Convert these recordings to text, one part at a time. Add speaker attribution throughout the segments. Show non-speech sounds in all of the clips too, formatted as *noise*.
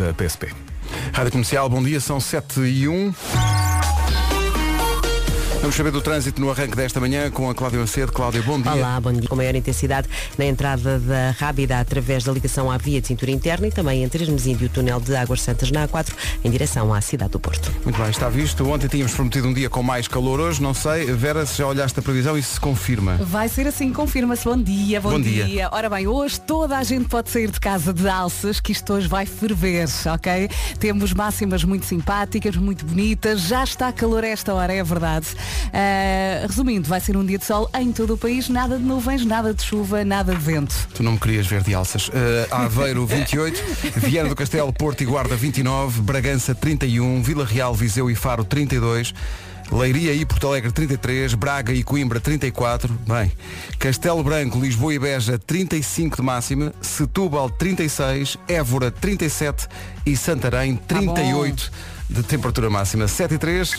Speaker 1: da PSP. Rádio Comercial, bom dia, são 7 e 1. Vamos saber do trânsito no arranque desta manhã com a Cláudia Macedo. Cláudia, bom dia.
Speaker 2: Olá, bom dia. Com maior intensidade na entrada da Rábida através da ligação à via de cintura interna e também entre Esmesinde e o túnel de Águas Santas na A4 em direção à cidade do Porto.
Speaker 1: Muito bem, está visto. Ontem tínhamos prometido um dia com mais calor, hoje não sei. Vera, se já olhaste a previsão e se confirma.
Speaker 3: Vai ser assim, confirma-se. Bom dia, bom,
Speaker 1: Bom dia.
Speaker 3: Ora bem, hoje toda a gente pode sair de casa de alças, que isto hoje vai ferver, ok? Temos máximas muito simpáticas, muito bonitas, já está calor a esta hora, é verdade. Ah, resumindo, vai ser um dia de sol em todo o país, nada de nuvens, nada de chuva, nada de vento.
Speaker 1: Tu não me querias ver de alças. Eh,
Speaker 4: *laughs*
Speaker 1: Aveiro 28, Viana do Castelo, Porto e Guarda 29, Bragança 31, Vila Real, Viseu e Faro 32, Leiria e Porto Alegre 33, Braga e Coimbra 34, bem, Castelo Branco, Lisboa e Beja 35 de máxima, Setúbal 36, Évora 37 e Santarém
Speaker 4: Tá
Speaker 1: 38 de temperatura máxima. 7 e 3.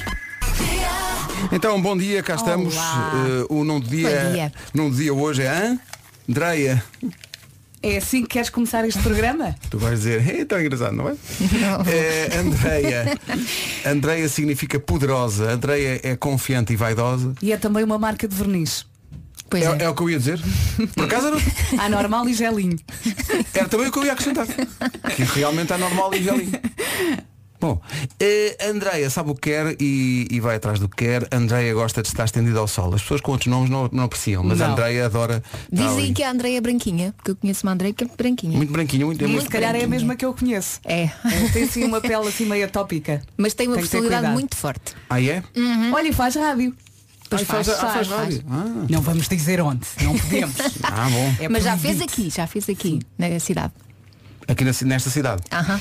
Speaker 1: Então, bom dia, cá estamos. Eh, o nome do dia,
Speaker 4: Bom
Speaker 1: é-
Speaker 4: dia.
Speaker 1: o nome do dia hoje é Andreia.
Speaker 3: É assim que queres começar este programa?
Speaker 1: Tu vais dizer, é tão engraçado, não é? *laughs* É, Andreia. Andreia significa poderosa. Andreia é confiante e vaidosa.
Speaker 3: E é também uma marca de verniz.
Speaker 4: Pois
Speaker 1: É,
Speaker 4: é.
Speaker 1: é o que eu ia dizer. Por acaso
Speaker 3: *laughs*
Speaker 1: era,
Speaker 3: Anormal e gelinho.
Speaker 1: era também o que eu ia *laughs* acrescentar. Que realmente é normal e gelinho. Bom, eh, Andreia sabe o que quer e, e vai atrás do que quer. Andreia gosta de estar estendida ao sol. As pessoas com outros nomes não, não apreciam, mas
Speaker 3: Não.
Speaker 1: Andreia adora. estar
Speaker 4: Dizem
Speaker 1: Tá ali.
Speaker 4: que a Andreia é branquinha, porque eu conheço uma Andreia que é branquinha.
Speaker 1: Muito branquinho, muito, é
Speaker 3: Mas
Speaker 1: muito
Speaker 3: se calhar é a mesma que eu conheço.
Speaker 4: É.
Speaker 3: Tem sim uma pele assim meio tópica.
Speaker 4: *laughs* Mas tem uma
Speaker 3: Tem que ter
Speaker 4: personalidade
Speaker 3: cuidado.
Speaker 4: muito Uhum. forte.
Speaker 1: Ah, é?
Speaker 3: Olha, e faz rádio.
Speaker 1: Ah, ah, faz
Speaker 4: *laughs*
Speaker 1: rádio. Ah,
Speaker 3: Não vamos dizer onde,
Speaker 1: *laughs*
Speaker 3: não podemos.
Speaker 1: ah, bom.
Speaker 3: É
Speaker 4: Mas já fez
Speaker 3: proibido.
Speaker 4: aqui, já fez aqui, na cidade.
Speaker 1: Aqui na ci- nesta cidade.
Speaker 4: Aham.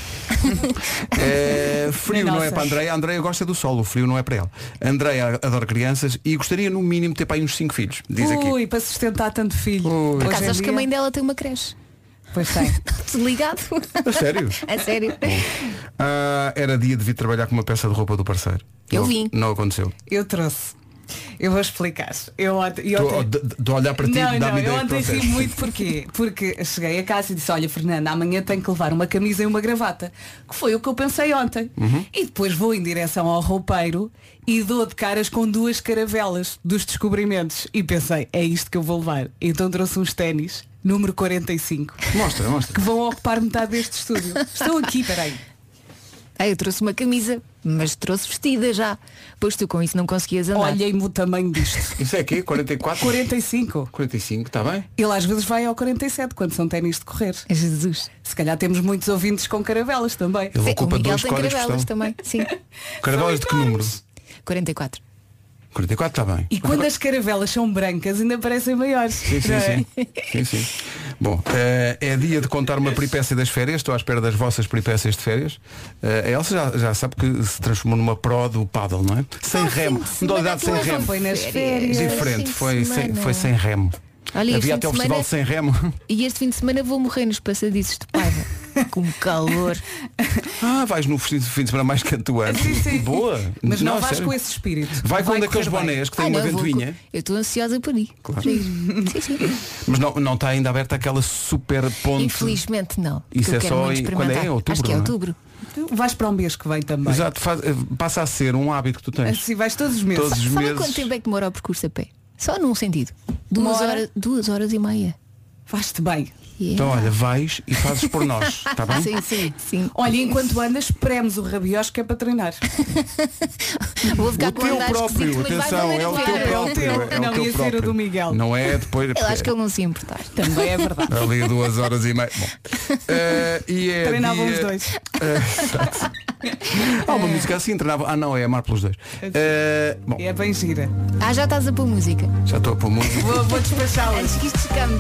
Speaker 1: É, frio
Speaker 3: Na
Speaker 1: não é
Speaker 3: nossa.
Speaker 1: para a Andreia, a Andreia gosta do sol, o frio não é para ela. A Andreia adora crianças e gostaria no mínimo ter para aí uns 5 filhos, diz
Speaker 4: Uh.
Speaker 1: aqui.
Speaker 3: Ui, para sustentar tanto filho.
Speaker 1: Ui.
Speaker 3: Hoje
Speaker 4: Por acaso
Speaker 3: em
Speaker 4: acho que a
Speaker 3: dia-
Speaker 4: mãe dela tem uma creche. *laughs*
Speaker 3: Pois tem.
Speaker 4: Desligado.
Speaker 1: A sério?
Speaker 4: *laughs* A sério.
Speaker 1: Ah, era dia de vir trabalhar com uma peça de roupa do parceiro.
Speaker 4: Eu
Speaker 1: não,
Speaker 4: vim.
Speaker 1: Não aconteceu.
Speaker 3: Eu trouxe. Eu vou explicar. Eu ontem. e
Speaker 1: Estou
Speaker 3: ontem-
Speaker 1: de, de olhar para ti,
Speaker 3: não, não,
Speaker 1: dá-me
Speaker 3: eu
Speaker 1: ideia que
Speaker 3: ontem ri
Speaker 1: trouxeste.
Speaker 3: muito porquê? Porque cheguei a casa e disse, olha Fernanda, amanhã tenho que levar uma camisa e uma gravata, que foi o que eu pensei ontem.
Speaker 1: Hum. Uhum.
Speaker 3: E depois vou em direção ao roupeiro e dou de caras com duas caravelas dos descobrimentos. E pensei, é isto que eu vou levar. Então trouxe uns ténis, número 45,
Speaker 1: Mostra,
Speaker 3: que
Speaker 1: mostra.
Speaker 3: vão ocupar metade deste estúdio. Estão aqui, peraí.
Speaker 4: Ah, eu trouxe uma camisa, mas trouxe vestida já. Pois tu com isso não conseguias andar.
Speaker 3: Olhem-me o tamanho disto.
Speaker 1: Isso é quê? 44?
Speaker 3: 45.
Speaker 1: 45, está tá bem?
Speaker 3: Ele às vezes vai ao 47 quando são ténis de correr.
Speaker 4: É Jesus.
Speaker 3: Se calhar temos muitos ouvintes com caravelas também.
Speaker 1: Ele
Speaker 4: Sim, o
Speaker 1: ocupa
Speaker 4: Miguel
Speaker 1: dois
Speaker 4: tem
Speaker 1: códigos que
Speaker 4: caravelas
Speaker 1: estão.
Speaker 4: também. Sim.
Speaker 1: Caravelas de que número?
Speaker 4: 44.
Speaker 1: 44 está tá bem.
Speaker 3: E quando as caravelas são brancas ainda parecem maiores.
Speaker 1: Sim,
Speaker 3: não
Speaker 1: sim,
Speaker 3: é?
Speaker 1: sim. sim, sim. Bom, eh, é dia de contar uma peripécia das férias. Estou à espera das vossas peripécias de férias. Eh, a Elsa já, já sabe que se transformou numa pró do paddle, não é? Sem remo. Modalidade sem
Speaker 3: Ah, Mas não é
Speaker 1: remo. É
Speaker 3: foi nas
Speaker 4: Férias.
Speaker 3: férias.
Speaker 4: Sim.
Speaker 1: Diferente.
Speaker 4: Fim de
Speaker 1: Foi sem,
Speaker 4: semana.
Speaker 1: foi sem remo.
Speaker 4: Olha, este
Speaker 1: Havia
Speaker 4: fim
Speaker 1: até
Speaker 4: de
Speaker 1: o festival
Speaker 4: semana-
Speaker 1: sem remo.
Speaker 4: E este fim de semana vou morrer nos passadiços de Paiva. Com calor.
Speaker 1: *laughs* Ah, vais no fim de fim de semana mais que a tua.
Speaker 3: Sim, sim.
Speaker 1: Boa.
Speaker 3: Mas não,
Speaker 1: a
Speaker 3: vais
Speaker 1: sério.
Speaker 3: com esse espírito.
Speaker 1: Vai com um daqueles
Speaker 3: correr bem.
Speaker 1: bonés que tem
Speaker 4: Ah,
Speaker 1: uma
Speaker 4: não, eu vou-
Speaker 1: ventoinha,
Speaker 4: Eu estou ansiosa por ir.
Speaker 1: Claro.
Speaker 4: Por ir. Sim, sim.
Speaker 1: mas não, não está ainda aberta aquela super ponte.
Speaker 4: Infelizmente não. porque
Speaker 1: Isso
Speaker 4: eu
Speaker 1: é
Speaker 4: quero
Speaker 1: só
Speaker 4: muito
Speaker 1: em- quando
Speaker 4: experimentar.
Speaker 1: é? Em outubro,
Speaker 4: Acho que é
Speaker 1: não é?
Speaker 4: outubro.
Speaker 3: Tu Vais para um mês que vem também.
Speaker 1: Exato, faz- eh, passa a ser um hábito que tu tens.
Speaker 3: Assim vais todos os meses.
Speaker 1: Todos os
Speaker 4: Sabe
Speaker 1: meses.
Speaker 4: quanto tempo é que demora o percurso a pé? Só num sentido. Duas,
Speaker 3: hora?
Speaker 4: horas, duas horas e meia.
Speaker 3: Faz-te bem.
Speaker 4: Yeah.
Speaker 1: Então olha, vais e fazes
Speaker 3: *laughs*
Speaker 1: por nós, tá está bem?
Speaker 4: Sim, sim, sim.
Speaker 3: Olha, enquanto andas, premos o rabiosco que é para treinar.
Speaker 4: *laughs* Vou
Speaker 1: O
Speaker 4: ficar com um
Speaker 1: teu
Speaker 4: andar
Speaker 1: próprio,
Speaker 4: esquisito, mas vai
Speaker 1: atenção,
Speaker 4: valer
Speaker 1: é o
Speaker 4: a
Speaker 1: teu
Speaker 4: pena.
Speaker 1: próprio. É
Speaker 3: *laughs* Não,
Speaker 1: o teu
Speaker 3: ia ser o
Speaker 1: próprio.
Speaker 3: do Miguel.
Speaker 1: Não é depois.
Speaker 4: Eu acho que ele não se ia importar.
Speaker 3: Também é verdade. *laughs*
Speaker 1: Ali duas horas e meia. Bom. Eh, e é
Speaker 3: Treinavam
Speaker 1: dia-
Speaker 3: os dois.
Speaker 1: *laughs* Eh, exato. Há uma música assim, treinava. Ah não, é amar pelos dois. Eh, bom,
Speaker 3: assim. É bem gira.
Speaker 4: Ah, já estás a pôr música.
Speaker 1: já estou a pôr música.
Speaker 3: Vou, vou despachá-las.
Speaker 4: Antes que isto escambe.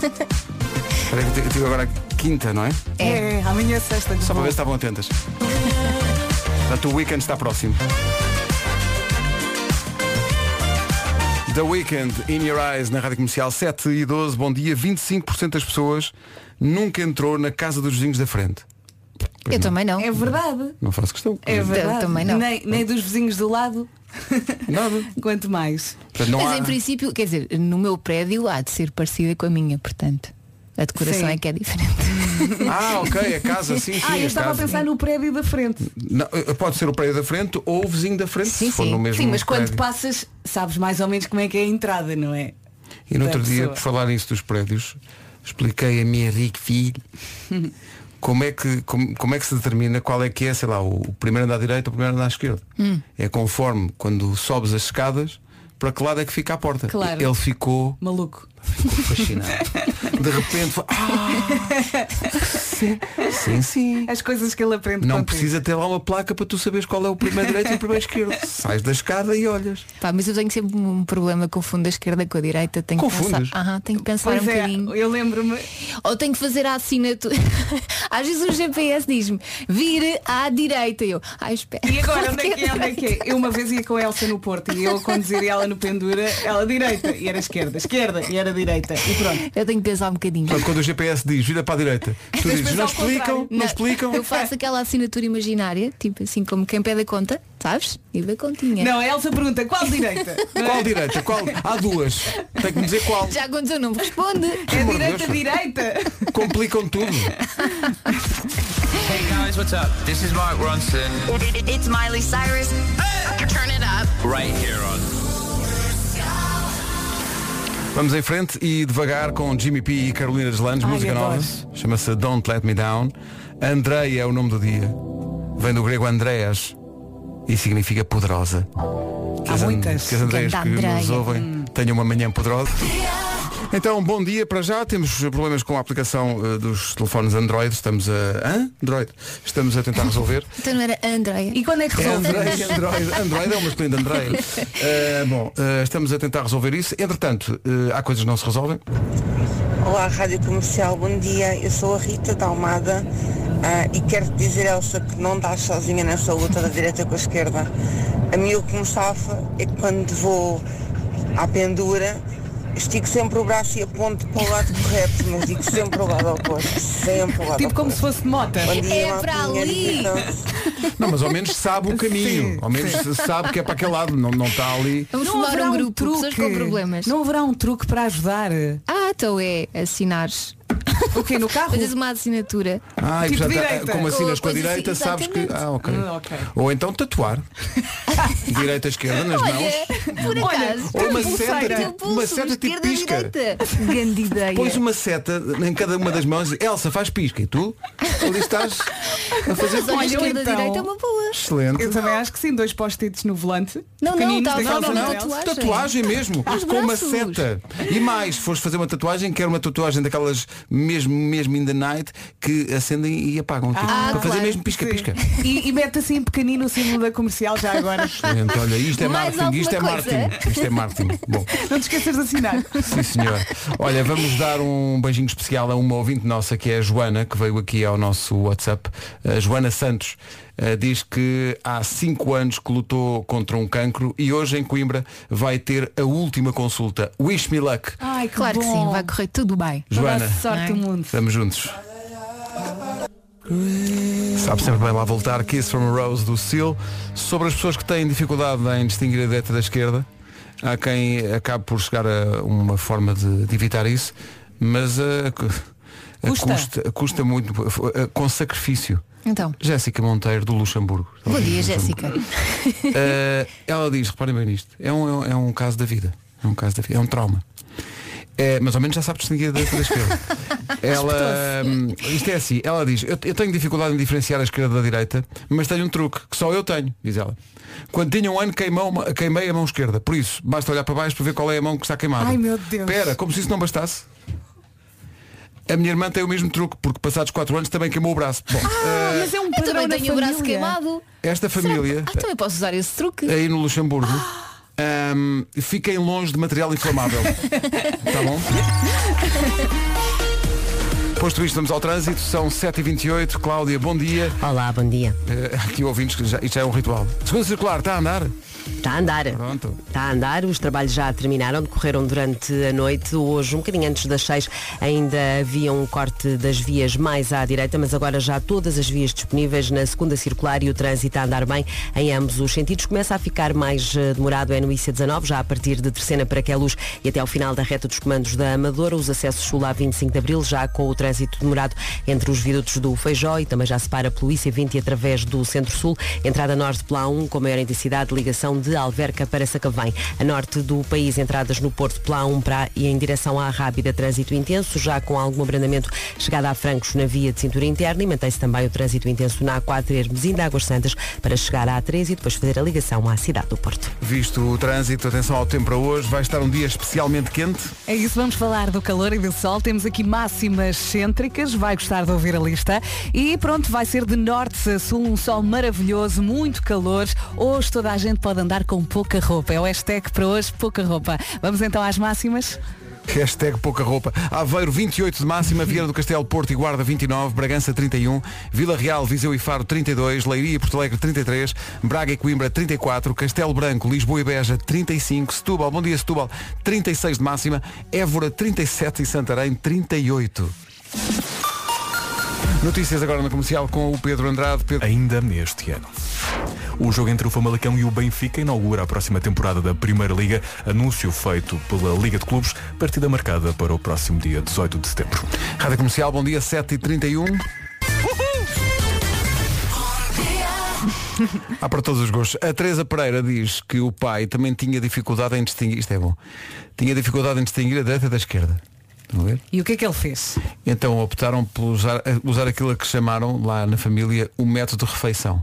Speaker 1: Espera aí que eu tive agora a quinta, não é?
Speaker 3: É, amanhã é sexta. que
Speaker 1: Só para
Speaker 3: vou.
Speaker 1: ver se tá estavam atentas. Portanto, o weekend está próximo. The Weekend in Your Eyes na Rádio Comercial 7 e 12, bom dia, 25% das pessoas nunca entrou na casa dos vizinhos da frente. Pois
Speaker 4: Eu
Speaker 1: não,
Speaker 4: também não.
Speaker 3: É verdade.
Speaker 1: Não faço questão.
Speaker 3: É verdade.
Speaker 4: também não.
Speaker 3: Nem, nem dos vizinhos do lado.
Speaker 1: Nada.
Speaker 3: *laughs* Quanto mais.
Speaker 1: Portanto, não
Speaker 4: Mas
Speaker 1: há...
Speaker 4: em princípio, quer dizer, no meu prédio há de ser parecida com a minha, portanto. A decoração
Speaker 3: Sim.
Speaker 4: é que é diferente.
Speaker 1: *laughs* Ah, ok, a casa, sim, sim.
Speaker 3: ah,
Speaker 1: a
Speaker 3: eu estava a
Speaker 1: casa.
Speaker 3: pensar no prédio da frente.
Speaker 1: Não, eh, pode ser o prédio da frente ou o vizinho da frente,
Speaker 4: Sim,
Speaker 1: se for
Speaker 4: sim.
Speaker 1: no mesmo
Speaker 3: Sim, mas quando
Speaker 1: prédio.
Speaker 3: passas, sabes mais ou menos como é que é a entrada, não é?
Speaker 1: E no outro
Speaker 3: da
Speaker 1: dia,
Speaker 3: pessoa.
Speaker 1: por falar nisso dos prédios, expliquei a minha rica filha como é, que, como, como é que se determina qual é que é, sei lá, o, o primeiro andar à direita ou o primeiro andar à esquerda.
Speaker 4: Hum.
Speaker 1: É conforme quando sobes as escadas, para que lado é que fica a porta.
Speaker 3: Claro.
Speaker 1: Ele ficou
Speaker 3: Maluco.
Speaker 1: Fico fascinado. De repente, fa- ah, sim, sim, sim.
Speaker 3: *laughs* As coisas que ele aprende
Speaker 1: Não
Speaker 3: contigo.
Speaker 1: precisa ter lá uma placa para tu saberes qual é o primeiro direito e o primeiro esquerdo. Sais da escada e olhas.
Speaker 4: Pá, mas eu tenho sempre um problema, confundo a esquerda com a direita, tenho
Speaker 1: Confundes?
Speaker 4: que pensar, Aham, tenho que pensar
Speaker 3: Pois
Speaker 4: um
Speaker 3: é,
Speaker 4: bocadinho.
Speaker 3: eu lembro-me.
Speaker 4: Ou tenho que fazer a assinatura. *laughs* Às vezes o GPS diz-me, vire à direita. E eu, ai, espera.
Speaker 3: E agora, onde é
Speaker 4: *laughs*
Speaker 3: que é? Onde é que
Speaker 1: *laughs*
Speaker 3: é? Eu uma vez ia com a Elsa no Porto e eu a conduzir e ela no pendura, ela direita, e era esquerda, esquerda, e era direita, e pronto.
Speaker 4: Eu tenho que pensar um bocadinho.
Speaker 1: Portanto, quando o GPS diz vira para a direita, tu
Speaker 3: Mas
Speaker 1: dizes,
Speaker 3: pensa
Speaker 1: não
Speaker 3: ao
Speaker 1: explicam,
Speaker 3: contrário.
Speaker 1: não explicam.
Speaker 4: Eu faço aquela assinatura imaginária, tipo assim como quem pede a conta, sabes? E da continha.
Speaker 3: Não, a Elsa pergunta qual direita?
Speaker 1: *laughs* Qual direita? Qual? Há duas. Tem que me dizer qual.
Speaker 4: Já aconteceu, não me responde.
Speaker 3: É
Speaker 1: amor de
Speaker 3: direita,
Speaker 1: Deus.
Speaker 3: direita.
Speaker 1: Complicam tudo.
Speaker 5: Hey guys, what's up? This is Mark Ronson
Speaker 6: It's Miley Cyrus. Turn it up.
Speaker 5: right here on.
Speaker 1: Vamos em frente e devagar com Jimmy P e Carolina Deslandes,
Speaker 3: Ai,
Speaker 1: música
Speaker 3: adoro.
Speaker 1: nova. Chama-se Don't Let Me Down. Andrei é o nome do dia. Vem do grego Andreas e significa poderosa. Que
Speaker 3: Há
Speaker 1: as an-
Speaker 3: muitas. Hum.
Speaker 1: Que as Andreias que
Speaker 4: Ganda
Speaker 1: nos
Speaker 4: Andreia.
Speaker 1: ouvem tenham uma manhã poderosa. Então, bom dia para já. Temos problemas com a aplicação eh, dos telefones Android. Estamos a. Hã? Android. Estamos a tentar resolver.
Speaker 4: Então não era a Andréia.
Speaker 3: E quando é que resolve?
Speaker 1: Android, Android, Android é um masculino de Andrei.
Speaker 3: *laughs*
Speaker 1: Eh, bom, eh, estamos a tentar resolver isso. Entretanto, eh, há coisas que não se resolvem.
Speaker 7: Olá, Rádio Comercial, bom dia. Eu sou a Rita da Almada ah, e quero te dizer, Elsa, que não dás sozinha nessa luta da direita com a esquerda. A mim o que me safa é que quando vou à pendura, estico sempre o braço e aponto para o lado correto, mas digo sempre o lado oposto. Sempre o lado
Speaker 3: Tipo como se
Speaker 7: oposto.
Speaker 3: fosse de mota.
Speaker 7: Bom dia,
Speaker 4: É para
Speaker 7: maltinha,
Speaker 4: ali.
Speaker 7: divirtam-se.
Speaker 1: Não, mas ao menos sabe o caminho.
Speaker 3: *laughs* Sim,
Speaker 1: ao menos sabe que é para aquele lado, não, não está ali.
Speaker 4: Vamos formar um grupo, pessoas com problemas.
Speaker 3: Não haverá um truque para ajudar.
Speaker 4: Ah, então é assinares.
Speaker 3: O quê? No carro?
Speaker 4: Fazes uma assinatura.
Speaker 1: Ah, e
Speaker 3: Tipo
Speaker 1: portanto,
Speaker 3: direita.
Speaker 1: ah, como assinas
Speaker 4: Com-
Speaker 1: com a
Speaker 4: coisa
Speaker 1: direita,
Speaker 4: assim,
Speaker 1: sabes que.
Speaker 4: exatamente.
Speaker 1: Ah, ok.
Speaker 3: Ah, ok.
Speaker 1: Ou então
Speaker 3: *laughs*
Speaker 1: tatuar. direita, esquerda, nas mãos.
Speaker 4: Olha, por
Speaker 3: Olha,
Speaker 4: acaso.
Speaker 1: Ou uma
Speaker 3: pulseira.
Speaker 1: seta,
Speaker 4: Teu
Speaker 1: tipo, uma
Speaker 4: pulso,
Speaker 1: seta tipo
Speaker 4: esquerda,
Speaker 1: pisca.
Speaker 4: direita. Grande ideia.
Speaker 1: Pões uma seta em cada uma das mãos e Elsa faz pisca. E tu ali estás a fazer.
Speaker 4: Mas olha,
Speaker 3: Olha,
Speaker 4: esquerda,
Speaker 3: então-
Speaker 4: direita é uma boa.
Speaker 1: Excelente.
Speaker 3: Eu também acho que sim, dois post-its no volante.
Speaker 4: Não, não,
Speaker 3: pequeninos,
Speaker 4: tá,
Speaker 3: daqueles
Speaker 1: Não, não,
Speaker 4: Fazer
Speaker 1: não.
Speaker 3: amarelos.
Speaker 4: tatuagem.
Speaker 1: Tatuagem mesmo.
Speaker 4: Aos
Speaker 1: com uma
Speaker 4: braços.
Speaker 1: seta. E mais, se fores fazer uma tatuagem, quero uma tatuagem daquelas mesmo, mesmo in the night, que acendem e apagam. tipo,
Speaker 4: Ah,
Speaker 1: para fazer
Speaker 4: claro.
Speaker 1: mesmo pisca-pisca.
Speaker 3: Sim. E, e mete assim pequenino o símbolo da comercial já agora.
Speaker 1: Gente, olha, isto é
Speaker 4: *laughs* Mais
Speaker 1: marketing, isto é
Speaker 4: alguma coisa?
Speaker 1: marketing. Isto é marketing. Bom,
Speaker 3: Não te esqueças de
Speaker 1: *laughs*
Speaker 3: assinar.
Speaker 1: sim senhor. Olha, vamos dar um beijinho especial a uma ouvinte nossa que é a Joana, que veio aqui ao nosso WhatsApp. A Joana Santos eh, diz que há cinco anos que lutou contra um cancro e hoje em Coimbra vai ter a última consulta. Wish me luck.
Speaker 3: Ai, que
Speaker 4: Claro que sim, vai correr tudo bem. é?
Speaker 1: Joana,
Speaker 3: sorte do mundo.
Speaker 1: estamos juntos. Sabe sempre bem lá voltar Kiss from a Rose do Seal Sobre as pessoas que têm dificuldade em distinguir a direita da esquerda Há quem acabe por chegar a uma forma de, de evitar isso Mas eh, cu- eh,
Speaker 3: Custa.
Speaker 1: custa, custa muito eh, Com sacrifício
Speaker 4: Então.
Speaker 1: Jéssica Monteiro do Luxemburgo
Speaker 4: Bom dia,
Speaker 1: Luxemburgo.
Speaker 4: Jéssica.
Speaker 1: Eh, ela diz, reparem bem nisto, é um, é, um, é um caso da vida. É um caso da vida, é um trauma. É, mas ao menos já sabe distinguir a direita da
Speaker 3: *laughs*
Speaker 1: esquerda. ela, hum, isto é assim, ela diz, eu, eu tenho dificuldade em diferenciar a esquerda da direita, mas tenho um truque, que só eu tenho, diz ela. Quando tinha um ano queimou, uma- queimei a mão esquerda, por isso, basta olhar para baixo para ver qual é a mão que está queimada.
Speaker 3: Ai, meu Deus.
Speaker 1: Pera, como se isso não bastasse. A minha irmã tem o mesmo truque, porque passados 4 anos também queimou o braço. Bom, eh,
Speaker 3: Ah, mas é um
Speaker 4: Eu
Speaker 3: padrão
Speaker 4: também
Speaker 3: na
Speaker 4: tenho o braço
Speaker 3: família.
Speaker 4: queimado.
Speaker 1: esta família. eh,
Speaker 4: Ah, também posso usar esse truque.
Speaker 1: aí no Luxemburgo. Ahm, fiquem longe de material inflamável. tá
Speaker 4: *laughs*
Speaker 1: bom? Posto isto, vamos ao trânsito. São 7h28. Cláudia, bom dia.
Speaker 2: Olá, bom dia.
Speaker 1: Eh, aqui ouvintes, que já, isto já é um ritual. Segunda circular, está a andar?
Speaker 2: Está Tá a andar.
Speaker 1: Pronto.
Speaker 2: Está a andar, os trabalhos já terminaram, decorreram durante a noite. Hoje, um bocadinho antes das seis, ainda havia um corte das vias mais à direita, mas agora já todas as vias disponíveis na segunda circular e o trânsito a andar bem em ambos os sentidos. Começa a ficar mais eh, demorado, é no IC19, já a partir de Terceira para Queluz e até ao final da reta dos comandos da Amadora, os acessos sul à 25 de Abril, já com o trânsito demorado entre os viadutos do Feijó e também já se para pelo IC20 através do Centro-Sul, entrada norte pela A1 com maior intensidade, ligação de Alverca para Sacavém. A norte do país, entradas no Porto pela A1 para e em direção à Rábida, trânsito intenso, já com algum abrandamento chegada a Francos na via de cintura interna e mantém-se também o trânsito intenso na A4 Hermes e na Águas Santas para chegar à A3 e depois fazer a ligação à cidade do Porto.
Speaker 1: Visto o trânsito, atenção ao tempo para hoje, vai estar um dia especialmente quente.
Speaker 3: É isso, vamos falar do calor e do sol. Temos aqui máximas cêntricas, vai gostar de ouvir a lista. E pronto, vai ser de norte a sul, um sol maravilhoso, muito calor. Hoje toda a gente pode andar com pouca roupa. É o hashtag para hoje, pouca roupa. Vamos então às máximas?
Speaker 1: Hashtag pouca roupa. Aveiro 28 de máxima, Vieira do Castelo, Porto e Guarda 29, Bragança 31, Vila Real, Viseu e Faro 32, Leiria e Porto Alegre 33, Braga e Coimbra 34, Castelo Branco, Lisboa e Beja 35, Setúbal, Bom Dia Setúbal 36 de máxima, Évora 37 e Santarém 38. Notícias agora no comercial com o Pedro Andrade. Pedro...
Speaker 8: ainda neste ano. O jogo entre o Famalicão e o Benfica inaugura a próxima temporada da Primeira Liga, anúncio feito pela Liga de Clubes, partida marcada para o próximo dia 18 de setembro.
Speaker 1: Rádio Comercial, bom dia 7h31. Há para todos os gostos. A Teresa Pereira diz que o pai também tinha dificuldade em distinguir, isto é bom, tinha dificuldade em distinguir a direita da esquerda. Estão a ver?
Speaker 3: E o que é que ele fez?
Speaker 1: Então optaram por usar, eh, usar aquilo a que chamaram lá na família o método de refeição.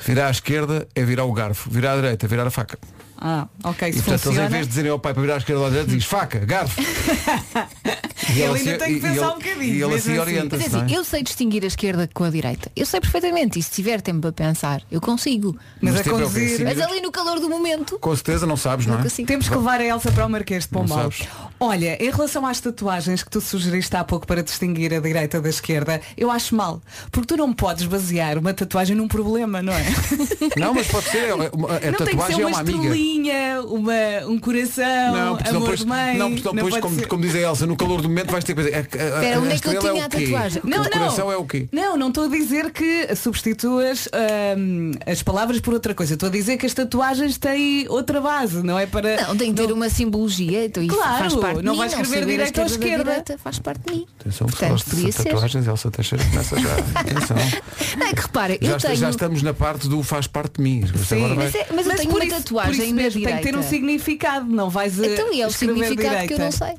Speaker 1: Virar à esquerda é virar o garfo, virar à direita é virar a faca.
Speaker 3: Ah, ok,
Speaker 1: E
Speaker 3: se
Speaker 1: portanto eles em
Speaker 3: funciona.
Speaker 1: vez de dizerem ao pai para virar à esquerda ou à direita diz faca,
Speaker 3: *laughs*
Speaker 1: garfo. E
Speaker 3: Ele
Speaker 1: ela
Speaker 3: ainda
Speaker 1: se-
Speaker 3: tem que
Speaker 1: e- e
Speaker 3: pensar
Speaker 1: ele-
Speaker 3: um bocadinho,
Speaker 1: E ele
Speaker 3: mesmo
Speaker 1: assim
Speaker 3: assim.
Speaker 4: Mas é
Speaker 1: orienta-se. não é?
Speaker 4: assim, eu sei distinguir a esquerda com a direita. Eu sei perfeitamente. E se tiver tempo para pensar, eu consigo.
Speaker 3: Mas
Speaker 1: Mas
Speaker 3: a
Speaker 1: tempo é o quê?
Speaker 3: conduzir.
Speaker 1: Cinco
Speaker 4: Mas
Speaker 1: minutos?
Speaker 4: ali no calor do momento,
Speaker 1: Com certeza não sabes, não,
Speaker 4: não
Speaker 1: é?
Speaker 4: consigo.
Speaker 3: Temos que levar a Elsa para o Marquês de Pombal.
Speaker 1: sabes.
Speaker 3: Olha, em relação às tatuagens que tu sugeriste há pouco para distinguir a direita da esquerda, eu acho mal. Porque tu não podes basear uma tatuagem num problema, não é?
Speaker 1: *laughs* Não, mas pode ser. é uma- A
Speaker 3: não tem que ser
Speaker 1: tatuagem é
Speaker 3: uma,
Speaker 1: uma amiga.
Speaker 3: estrelinha, uma, um coração,
Speaker 1: Não, porque senão
Speaker 3: amor
Speaker 1: depois,
Speaker 3: de mãe.
Speaker 1: não, porque senão depois
Speaker 3: pode
Speaker 1: como,
Speaker 3: ser.
Speaker 1: como diz a Elsa, no calor do momento vais ter que dizer. A, a,
Speaker 4: Espera, onde é que eu
Speaker 1: estrela
Speaker 4: tinha
Speaker 1: o
Speaker 4: a
Speaker 1: quê?
Speaker 4: tatuagem?
Speaker 1: O coração é o quê?
Speaker 3: Não, não estou a dizer que substituas hum, as palavras por outra coisa. Estou a dizer que as tatuagens têm outra base, não é para.
Speaker 4: Não, tem que ter uma simbologia. Então isso
Speaker 3: Claro,
Speaker 4: faz parte de
Speaker 3: não
Speaker 4: mim,
Speaker 3: vai escrever
Speaker 4: saber a
Speaker 3: direita ou
Speaker 4: da
Speaker 3: esquerda.
Speaker 4: direita faz parte de mim.
Speaker 1: Atenção, que
Speaker 4: Portanto,
Speaker 1: falaste
Speaker 4: podia
Speaker 1: de
Speaker 4: ser.
Speaker 1: tatuagens, Elsa Teixeira começa
Speaker 4: *laughs*
Speaker 1: já. Atenção.
Speaker 4: Não, é que repara,
Speaker 1: já,
Speaker 4: eu
Speaker 1: está-
Speaker 4: tenho.
Speaker 1: já estamos na parte do faz parte de mim. Isto agora vai-
Speaker 4: Mas, é- mas eu tenho
Speaker 3: por
Speaker 4: uma
Speaker 3: isso-
Speaker 4: tatuagem
Speaker 3: por isso
Speaker 4: na
Speaker 3: mesmo, tem que ter
Speaker 4: direita.
Speaker 3: um significado, não vais eh,
Speaker 4: Então e é o
Speaker 3: escrever
Speaker 4: significado
Speaker 3: direita.
Speaker 4: que eu não sei.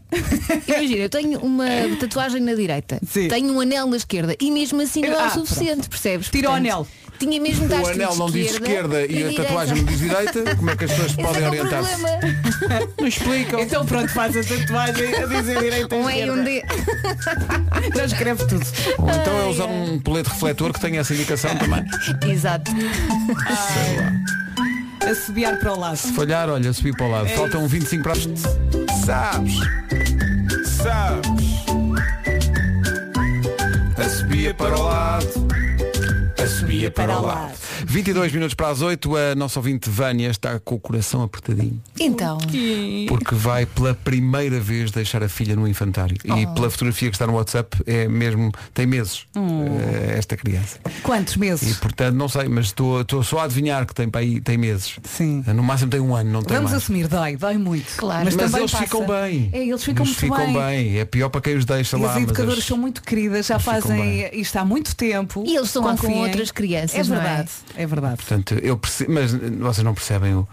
Speaker 4: Imagina, eu tenho
Speaker 3: *laughs*
Speaker 4: uma tatuagem na direita,
Speaker 3: Sim.
Speaker 4: tenho um anel na esquerda e mesmo assim não é
Speaker 3: Ah,
Speaker 4: o suficiente, percebes?
Speaker 3: Tira o
Speaker 4: Portanto,
Speaker 3: anel.
Speaker 4: Tinha mesmo de
Speaker 1: O
Speaker 4: estar
Speaker 1: anel
Speaker 4: escrito
Speaker 1: não diz esquerda e a
Speaker 4: direita.
Speaker 1: tatuagem não diz direita, como é que as pessoas
Speaker 4: Esse
Speaker 1: podem
Speaker 4: é que é o
Speaker 1: orientar-se?
Speaker 4: problema.
Speaker 1: *laughs* Não explicam.
Speaker 3: Então pronto, faz a tatuagem a dizer direita.
Speaker 4: Um é e um D.
Speaker 3: *laughs* Já escreve tudo.
Speaker 1: Ou então é usar um colete refletor que tenha essa
Speaker 4: É.
Speaker 1: indicação também.
Speaker 4: Exato.
Speaker 3: Assobiar para o lado.
Speaker 1: Falhar, olha, subi para o
Speaker 3: É
Speaker 1: lado. Faltam 25 para. Sabes? Sabes? A subia para o lado. A subia para, o lado. 22 minutos para as 8, a nossa ouvinte Vânia está com o coração apertadinho.
Speaker 4: *laughs* Então,
Speaker 1: Porque vai pela primeira vez deixar a filha no infantário. E
Speaker 3: Oh.
Speaker 1: pela fotografia que está no WhatsApp, é mesmo. tem meses
Speaker 4: Hum.
Speaker 3: Hum.
Speaker 1: eh, esta criança.
Speaker 3: Quantos
Speaker 1: E
Speaker 3: meses?
Speaker 1: portanto, não sei, mas estou estou só a adivinhar que tem, para aí, tem meses.
Speaker 3: Sim.
Speaker 1: No máximo tem um ano, não tem
Speaker 3: Vamos
Speaker 1: mais.
Speaker 3: assumir, dói, dói muito.
Speaker 4: Claro.
Speaker 3: mas,
Speaker 1: Mas,
Speaker 3: também
Speaker 1: eles
Speaker 3: passa.
Speaker 1: ficam bem.
Speaker 3: É, eles ficam muito
Speaker 1: ficam
Speaker 3: bem.
Speaker 1: bem. É pior para quem os deixa
Speaker 3: E
Speaker 1: lá.
Speaker 3: as
Speaker 1: mas
Speaker 3: educadoras
Speaker 1: eles-
Speaker 3: são muito queridas, já
Speaker 1: eles ficam
Speaker 3: fazem
Speaker 1: bem.
Speaker 3: isto há muito tempo.
Speaker 4: E eles estão lá com
Speaker 3: Confiem.
Speaker 4: outras crianças,
Speaker 3: É
Speaker 4: não é?
Speaker 3: verdade, é? verdade.
Speaker 1: Portanto, eu percebo, mas eh, vocês não percebem o.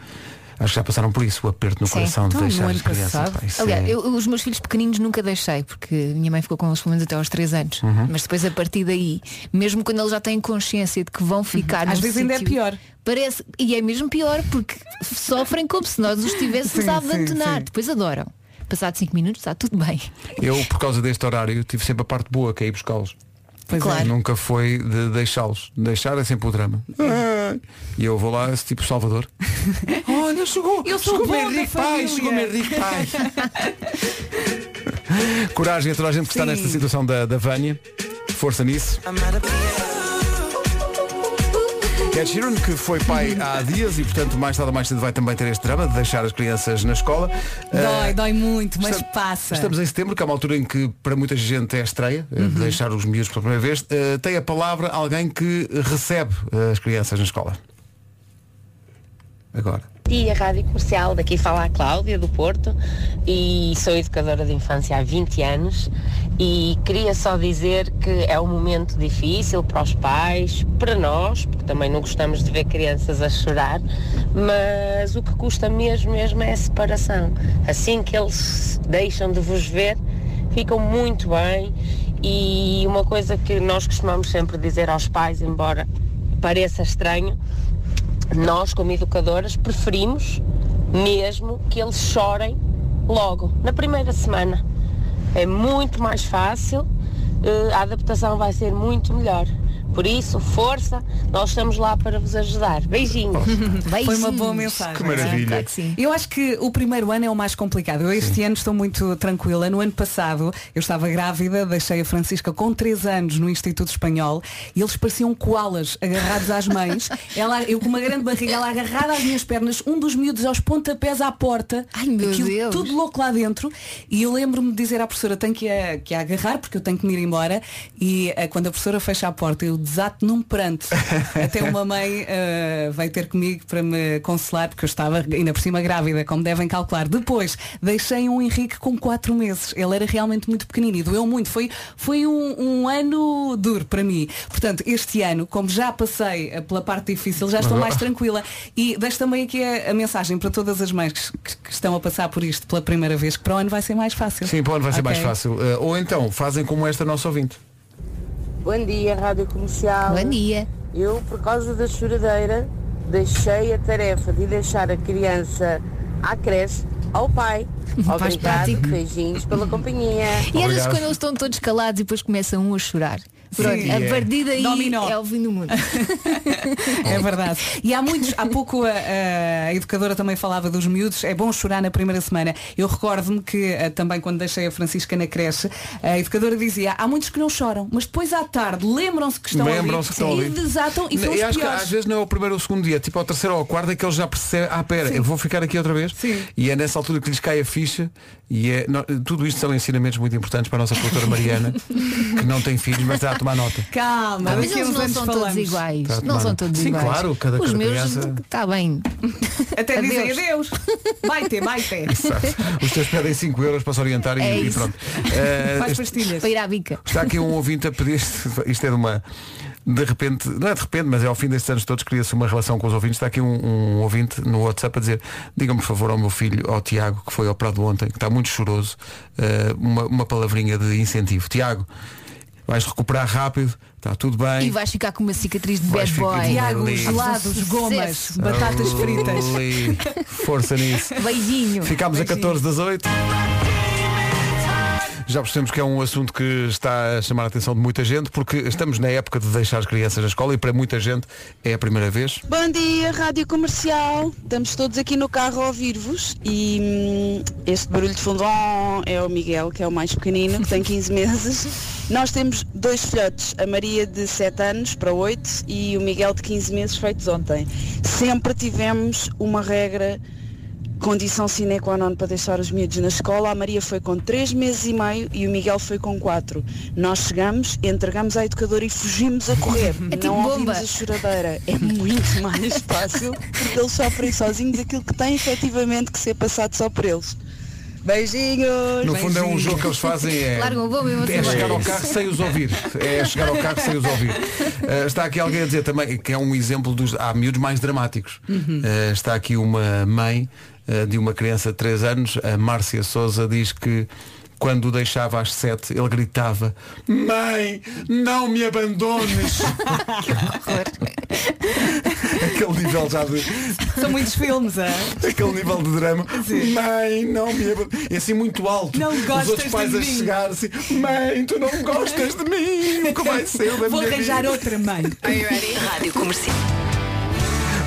Speaker 1: Acho que já passaram por isso, o aperto no
Speaker 4: Sim.
Speaker 1: coração de
Speaker 3: Então, no
Speaker 1: deixar as
Speaker 3: ano
Speaker 1: crianças.
Speaker 3: passado-
Speaker 1: pá, isso
Speaker 4: aliás,
Speaker 1: é-
Speaker 4: eu, os meus filhos pequeninos nunca deixei, porque a minha mãe ficou com eles pelo menos até aos 3 anos.
Speaker 1: Uhum.
Speaker 4: Mas depois a partir daí, mesmo quando eles já têm consciência de que vão ficar.
Speaker 3: Às
Speaker 4: num
Speaker 3: vezes ainda é
Speaker 4: sítio,
Speaker 3: pior.
Speaker 4: Parece, e é mesmo pior, porque sofrem como se nós os estivéssemos
Speaker 3: Sim,
Speaker 4: a
Speaker 3: sim,
Speaker 4: abandonar.
Speaker 3: sim.
Speaker 4: Depois adoram. Passado 5 minutos está tudo bem.
Speaker 1: eu, por causa deste horário, tive sempre a parte boa que é ir buscá-los.
Speaker 3: Pois é.
Speaker 4: Claro.
Speaker 1: Nunca foi de deixá-los. Deixar é sempre o drama. E eu vou lá, tipo Salvador. Olha, chegou!
Speaker 3: Eu sou
Speaker 1: chegou
Speaker 3: o bom da
Speaker 1: Henrique Pai!
Speaker 3: família.
Speaker 1: Chegou o Henrique Pai! Coragem a toda a gente que está
Speaker 3: Sim.
Speaker 1: nesta situação da, da Vânia. Força nisso. Ed Sheeran, que foi pai há dias e, portanto, mais tarde ou mais cedo vai também ter este drama de deixar as crianças na escola.
Speaker 3: Dói,
Speaker 1: Eh,
Speaker 3: dói muito, mas
Speaker 1: Estamos-
Speaker 3: passa.
Speaker 1: Estamos em setembro, que é uma altura em que para muita gente é estreia,
Speaker 3: Uhum.
Speaker 1: eh, deixar os miúdos pela primeira vez. Eh, tem a palavra alguém que recebe eh, as crianças na escola. Agora.
Speaker 9: Dia Rádio Comercial, daqui fala a Cláudia do Porto e sou educadora de infância há 20 anos e queria só dizer que é um momento difícil para os pais, para nós, porque também não gostamos de ver crianças a chorar, mas o que custa mesmo mesmo é a separação. Assim que eles deixam de vos ver, ficam muito bem e uma coisa que nós costumamos sempre dizer aos pais, embora pareça estranho, nós como educadoras preferimos mesmo que eles chorem logo, na primeira semana. É muito mais fácil, eh, a adaptação vai ser muito melhor. Por isso, força, nós estamos lá para vos ajudar. Beijinhos.
Speaker 3: Foi uma
Speaker 4: Beijinhos.
Speaker 3: boa mensagem.
Speaker 4: Que
Speaker 8: maravilha.
Speaker 4: Claro que sim.
Speaker 3: Eu acho que o primeiro ano é o mais complicado. Eu este ano estou muito tranquila. No ano passado eu estava grávida, deixei a Francisca com 3 anos no Instituto Espanhol e eles pareciam koalas agarrados
Speaker 4: *laughs*
Speaker 3: às mães. Ela, eu com uma grande barriga, ela agarrada às minhas pernas, um dos miúdos aos pontapés à porta.
Speaker 4: Ai, meu
Speaker 3: aquilo
Speaker 4: Deus.
Speaker 3: tudo louco lá dentro. E eu lembro-me de dizer à professora, tenho que a, que a agarrar porque eu tenho que me ir embora. E eh, quando a professora fecha a porta, eu desato
Speaker 1: *laughs*
Speaker 3: num pranto. Até uma mãe eh, veio ter comigo para me consolar, porque eu estava ainda por cima grávida, como devem calcular. Depois, deixei um Henrique com 4 meses. Ele era realmente muito pequenino e doeu muito. Foi, foi um, um ano duro para mim. Portanto, este ano, como já passei eh, pela parte difícil, já
Speaker 1: Uhum.
Speaker 3: estou mais tranquila. E deixo também aqui a, a mensagem para todas as mães que, que- que estão a passar por isto pela primeira vez, que para o ano vai ser mais fácil.
Speaker 1: Sim, para onde vai ser mais
Speaker 3: Ok.
Speaker 1: fácil. Eh, ou então, fazem como esta nossa ouvinte.
Speaker 7: Bom dia, Rádio Comercial.
Speaker 4: Bom dia.
Speaker 7: Eu, por causa da choradeira, deixei a tarefa de deixar a criança à creche ao
Speaker 4: *laughs*
Speaker 7: pai.
Speaker 4: Mais
Speaker 7: Obrigado,
Speaker 4: prático.
Speaker 7: beijinhos pela companhia.
Speaker 4: E às vezes
Speaker 1: Obrigado.
Speaker 4: quando eles estão todos calados e depois começa um a chorar. Pronto,
Speaker 3: Sim.
Speaker 1: É.
Speaker 4: a partir daí
Speaker 3: Dominó.
Speaker 4: é o fim do mundo.
Speaker 3: É verdade. E há muitos, há pouco a, a educadora também falava dos miúdos, é bom chorar na primeira semana. Eu recordo-me que eh, também quando deixei a Francisca na creche, a educadora dizia, há muitos que não choram, mas depois à tarde lembram-se que estão
Speaker 1: Lembram-se que estão
Speaker 3: ali
Speaker 1: ali.
Speaker 3: e desatam e são os
Speaker 1: eu acho que
Speaker 3: piores.
Speaker 1: às vezes não é o primeiro ou o segundo dia, tipo ao terceiro ou ao quarto, é que eles já percebem, ah pera, eu vou ficar aqui outra vez.
Speaker 3: Sim.
Speaker 1: E é nessa altura que lhes cai a ficha e é, nó- tudo isto são ensinamentos muito importantes para a nossa produtora
Speaker 3: *laughs*
Speaker 1: Mariana, que não tem filhos, mas está a tomar nota. Ah,
Speaker 3: Calma,
Speaker 4: Mas
Speaker 3: daqui a
Speaker 4: eles
Speaker 3: uns
Speaker 4: não
Speaker 3: anos
Speaker 4: são
Speaker 3: falamos.
Speaker 4: todos iguais.
Speaker 1: Tá,
Speaker 4: não
Speaker 1: claro.
Speaker 4: são todos
Speaker 1: Sim,
Speaker 4: iguais.
Speaker 1: claro, cada-
Speaker 4: Os
Speaker 1: cada
Speaker 4: meus
Speaker 1: criança- *laughs*
Speaker 4: está bem.
Speaker 3: Até dizem
Speaker 4: Adeus.
Speaker 3: adeus. Vai ter, vai ter.
Speaker 1: Os teus pedem 5 euros para se orientar e,
Speaker 4: É
Speaker 1: e
Speaker 4: isso. *laughs*
Speaker 1: pronto. Eh,
Speaker 3: Faz
Speaker 1: este-
Speaker 3: pastilhas.
Speaker 4: Para ir à bica.
Speaker 1: Está aqui um ouvinte a pedir *laughs* Isto é de uma De repente, não é de repente, mas é ao fim destes anos todos Cria-se uma relação com os ouvintes Está aqui um, um ouvinte no WhatsApp a dizer Digam-me por favor ao meu filho, ao Tiago Que foi operado ontem, que está muito choroso eh, uma, uma palavrinha de incentivo Tiago, vais recuperar rápido Está tudo bem
Speaker 4: E vais ficar com uma cicatriz de
Speaker 1: Vais
Speaker 4: bad
Speaker 1: ficar
Speaker 4: boy.
Speaker 3: Tiago,
Speaker 1: Lindo.
Speaker 3: gelados,
Speaker 4: *laughs*
Speaker 3: gomas,
Speaker 4: Sucesso.
Speaker 3: batatas fritas.
Speaker 1: Ali, Força nisso
Speaker 4: Beijinho.
Speaker 3: é
Speaker 1: Ficámos a 14 das 8. Já percebemos que é um assunto que está a chamar a atenção de muita gente, porque estamos na época de deixar as crianças na escola e para muita gente é a primeira vez.
Speaker 10: Bom dia, Rádio Comercial. Estamos todos aqui no carro a ouvir-vos e hum, este barulho de fundo "Om", é o Miguel, que é o mais pequenino, que tem 15 meses. Nós temos dois filhotes, a Maria de 7 anos para 8 e o Miguel de 15 meses feitos ontem. Sempre tivemos uma regra condição sine qua non para deixar os miúdos na escola. A Maria foi com 3 meses e meio e o Miguel foi com 4. Nós chegamos, entregamos à educadora e fugimos a
Speaker 4: *laughs*
Speaker 10: correr.
Speaker 4: tipo
Speaker 10: Não
Speaker 4: bomba.
Speaker 10: ouvimos a choradeira. É muito *laughs* mais fácil porque eles sofrem sozinhos aquilo que tem efetivamente que ser passado só por eles. Beijinhos!
Speaker 1: No fundo é um jogo que eles fazem é,
Speaker 4: *laughs* Largam a bomba e vão-se
Speaker 1: é
Speaker 4: embora.
Speaker 1: chegar ao carro sem os ouvir. É chegar ao carro sem os
Speaker 4: *laughs*
Speaker 1: ouvir. Eh, está aqui alguém a dizer também que é um exemplo dos há miúdos mais dramáticos.
Speaker 4: Uhum.
Speaker 1: Eh, está aqui uma mãe eh, de uma criança de 3 anos, a Márcia Souza diz que quando o deixava às 7, ele gritava *laughs* Mãe, não me abandones! Aquele nível já de,
Speaker 3: *laughs* São muitos filmes, é?
Speaker 1: aquele nível de drama. Mãe, não me ab- E assim muito alto.
Speaker 3: Não
Speaker 1: Os
Speaker 3: gostas
Speaker 1: outros pais
Speaker 3: de
Speaker 1: a
Speaker 3: mim.
Speaker 1: chegar assim, mãe, tu não gostas de mim. O que vai ser da
Speaker 3: Vou
Speaker 1: minha
Speaker 3: arranjar
Speaker 1: vida?
Speaker 3: outra mãe.
Speaker 6: Rádio Comercial.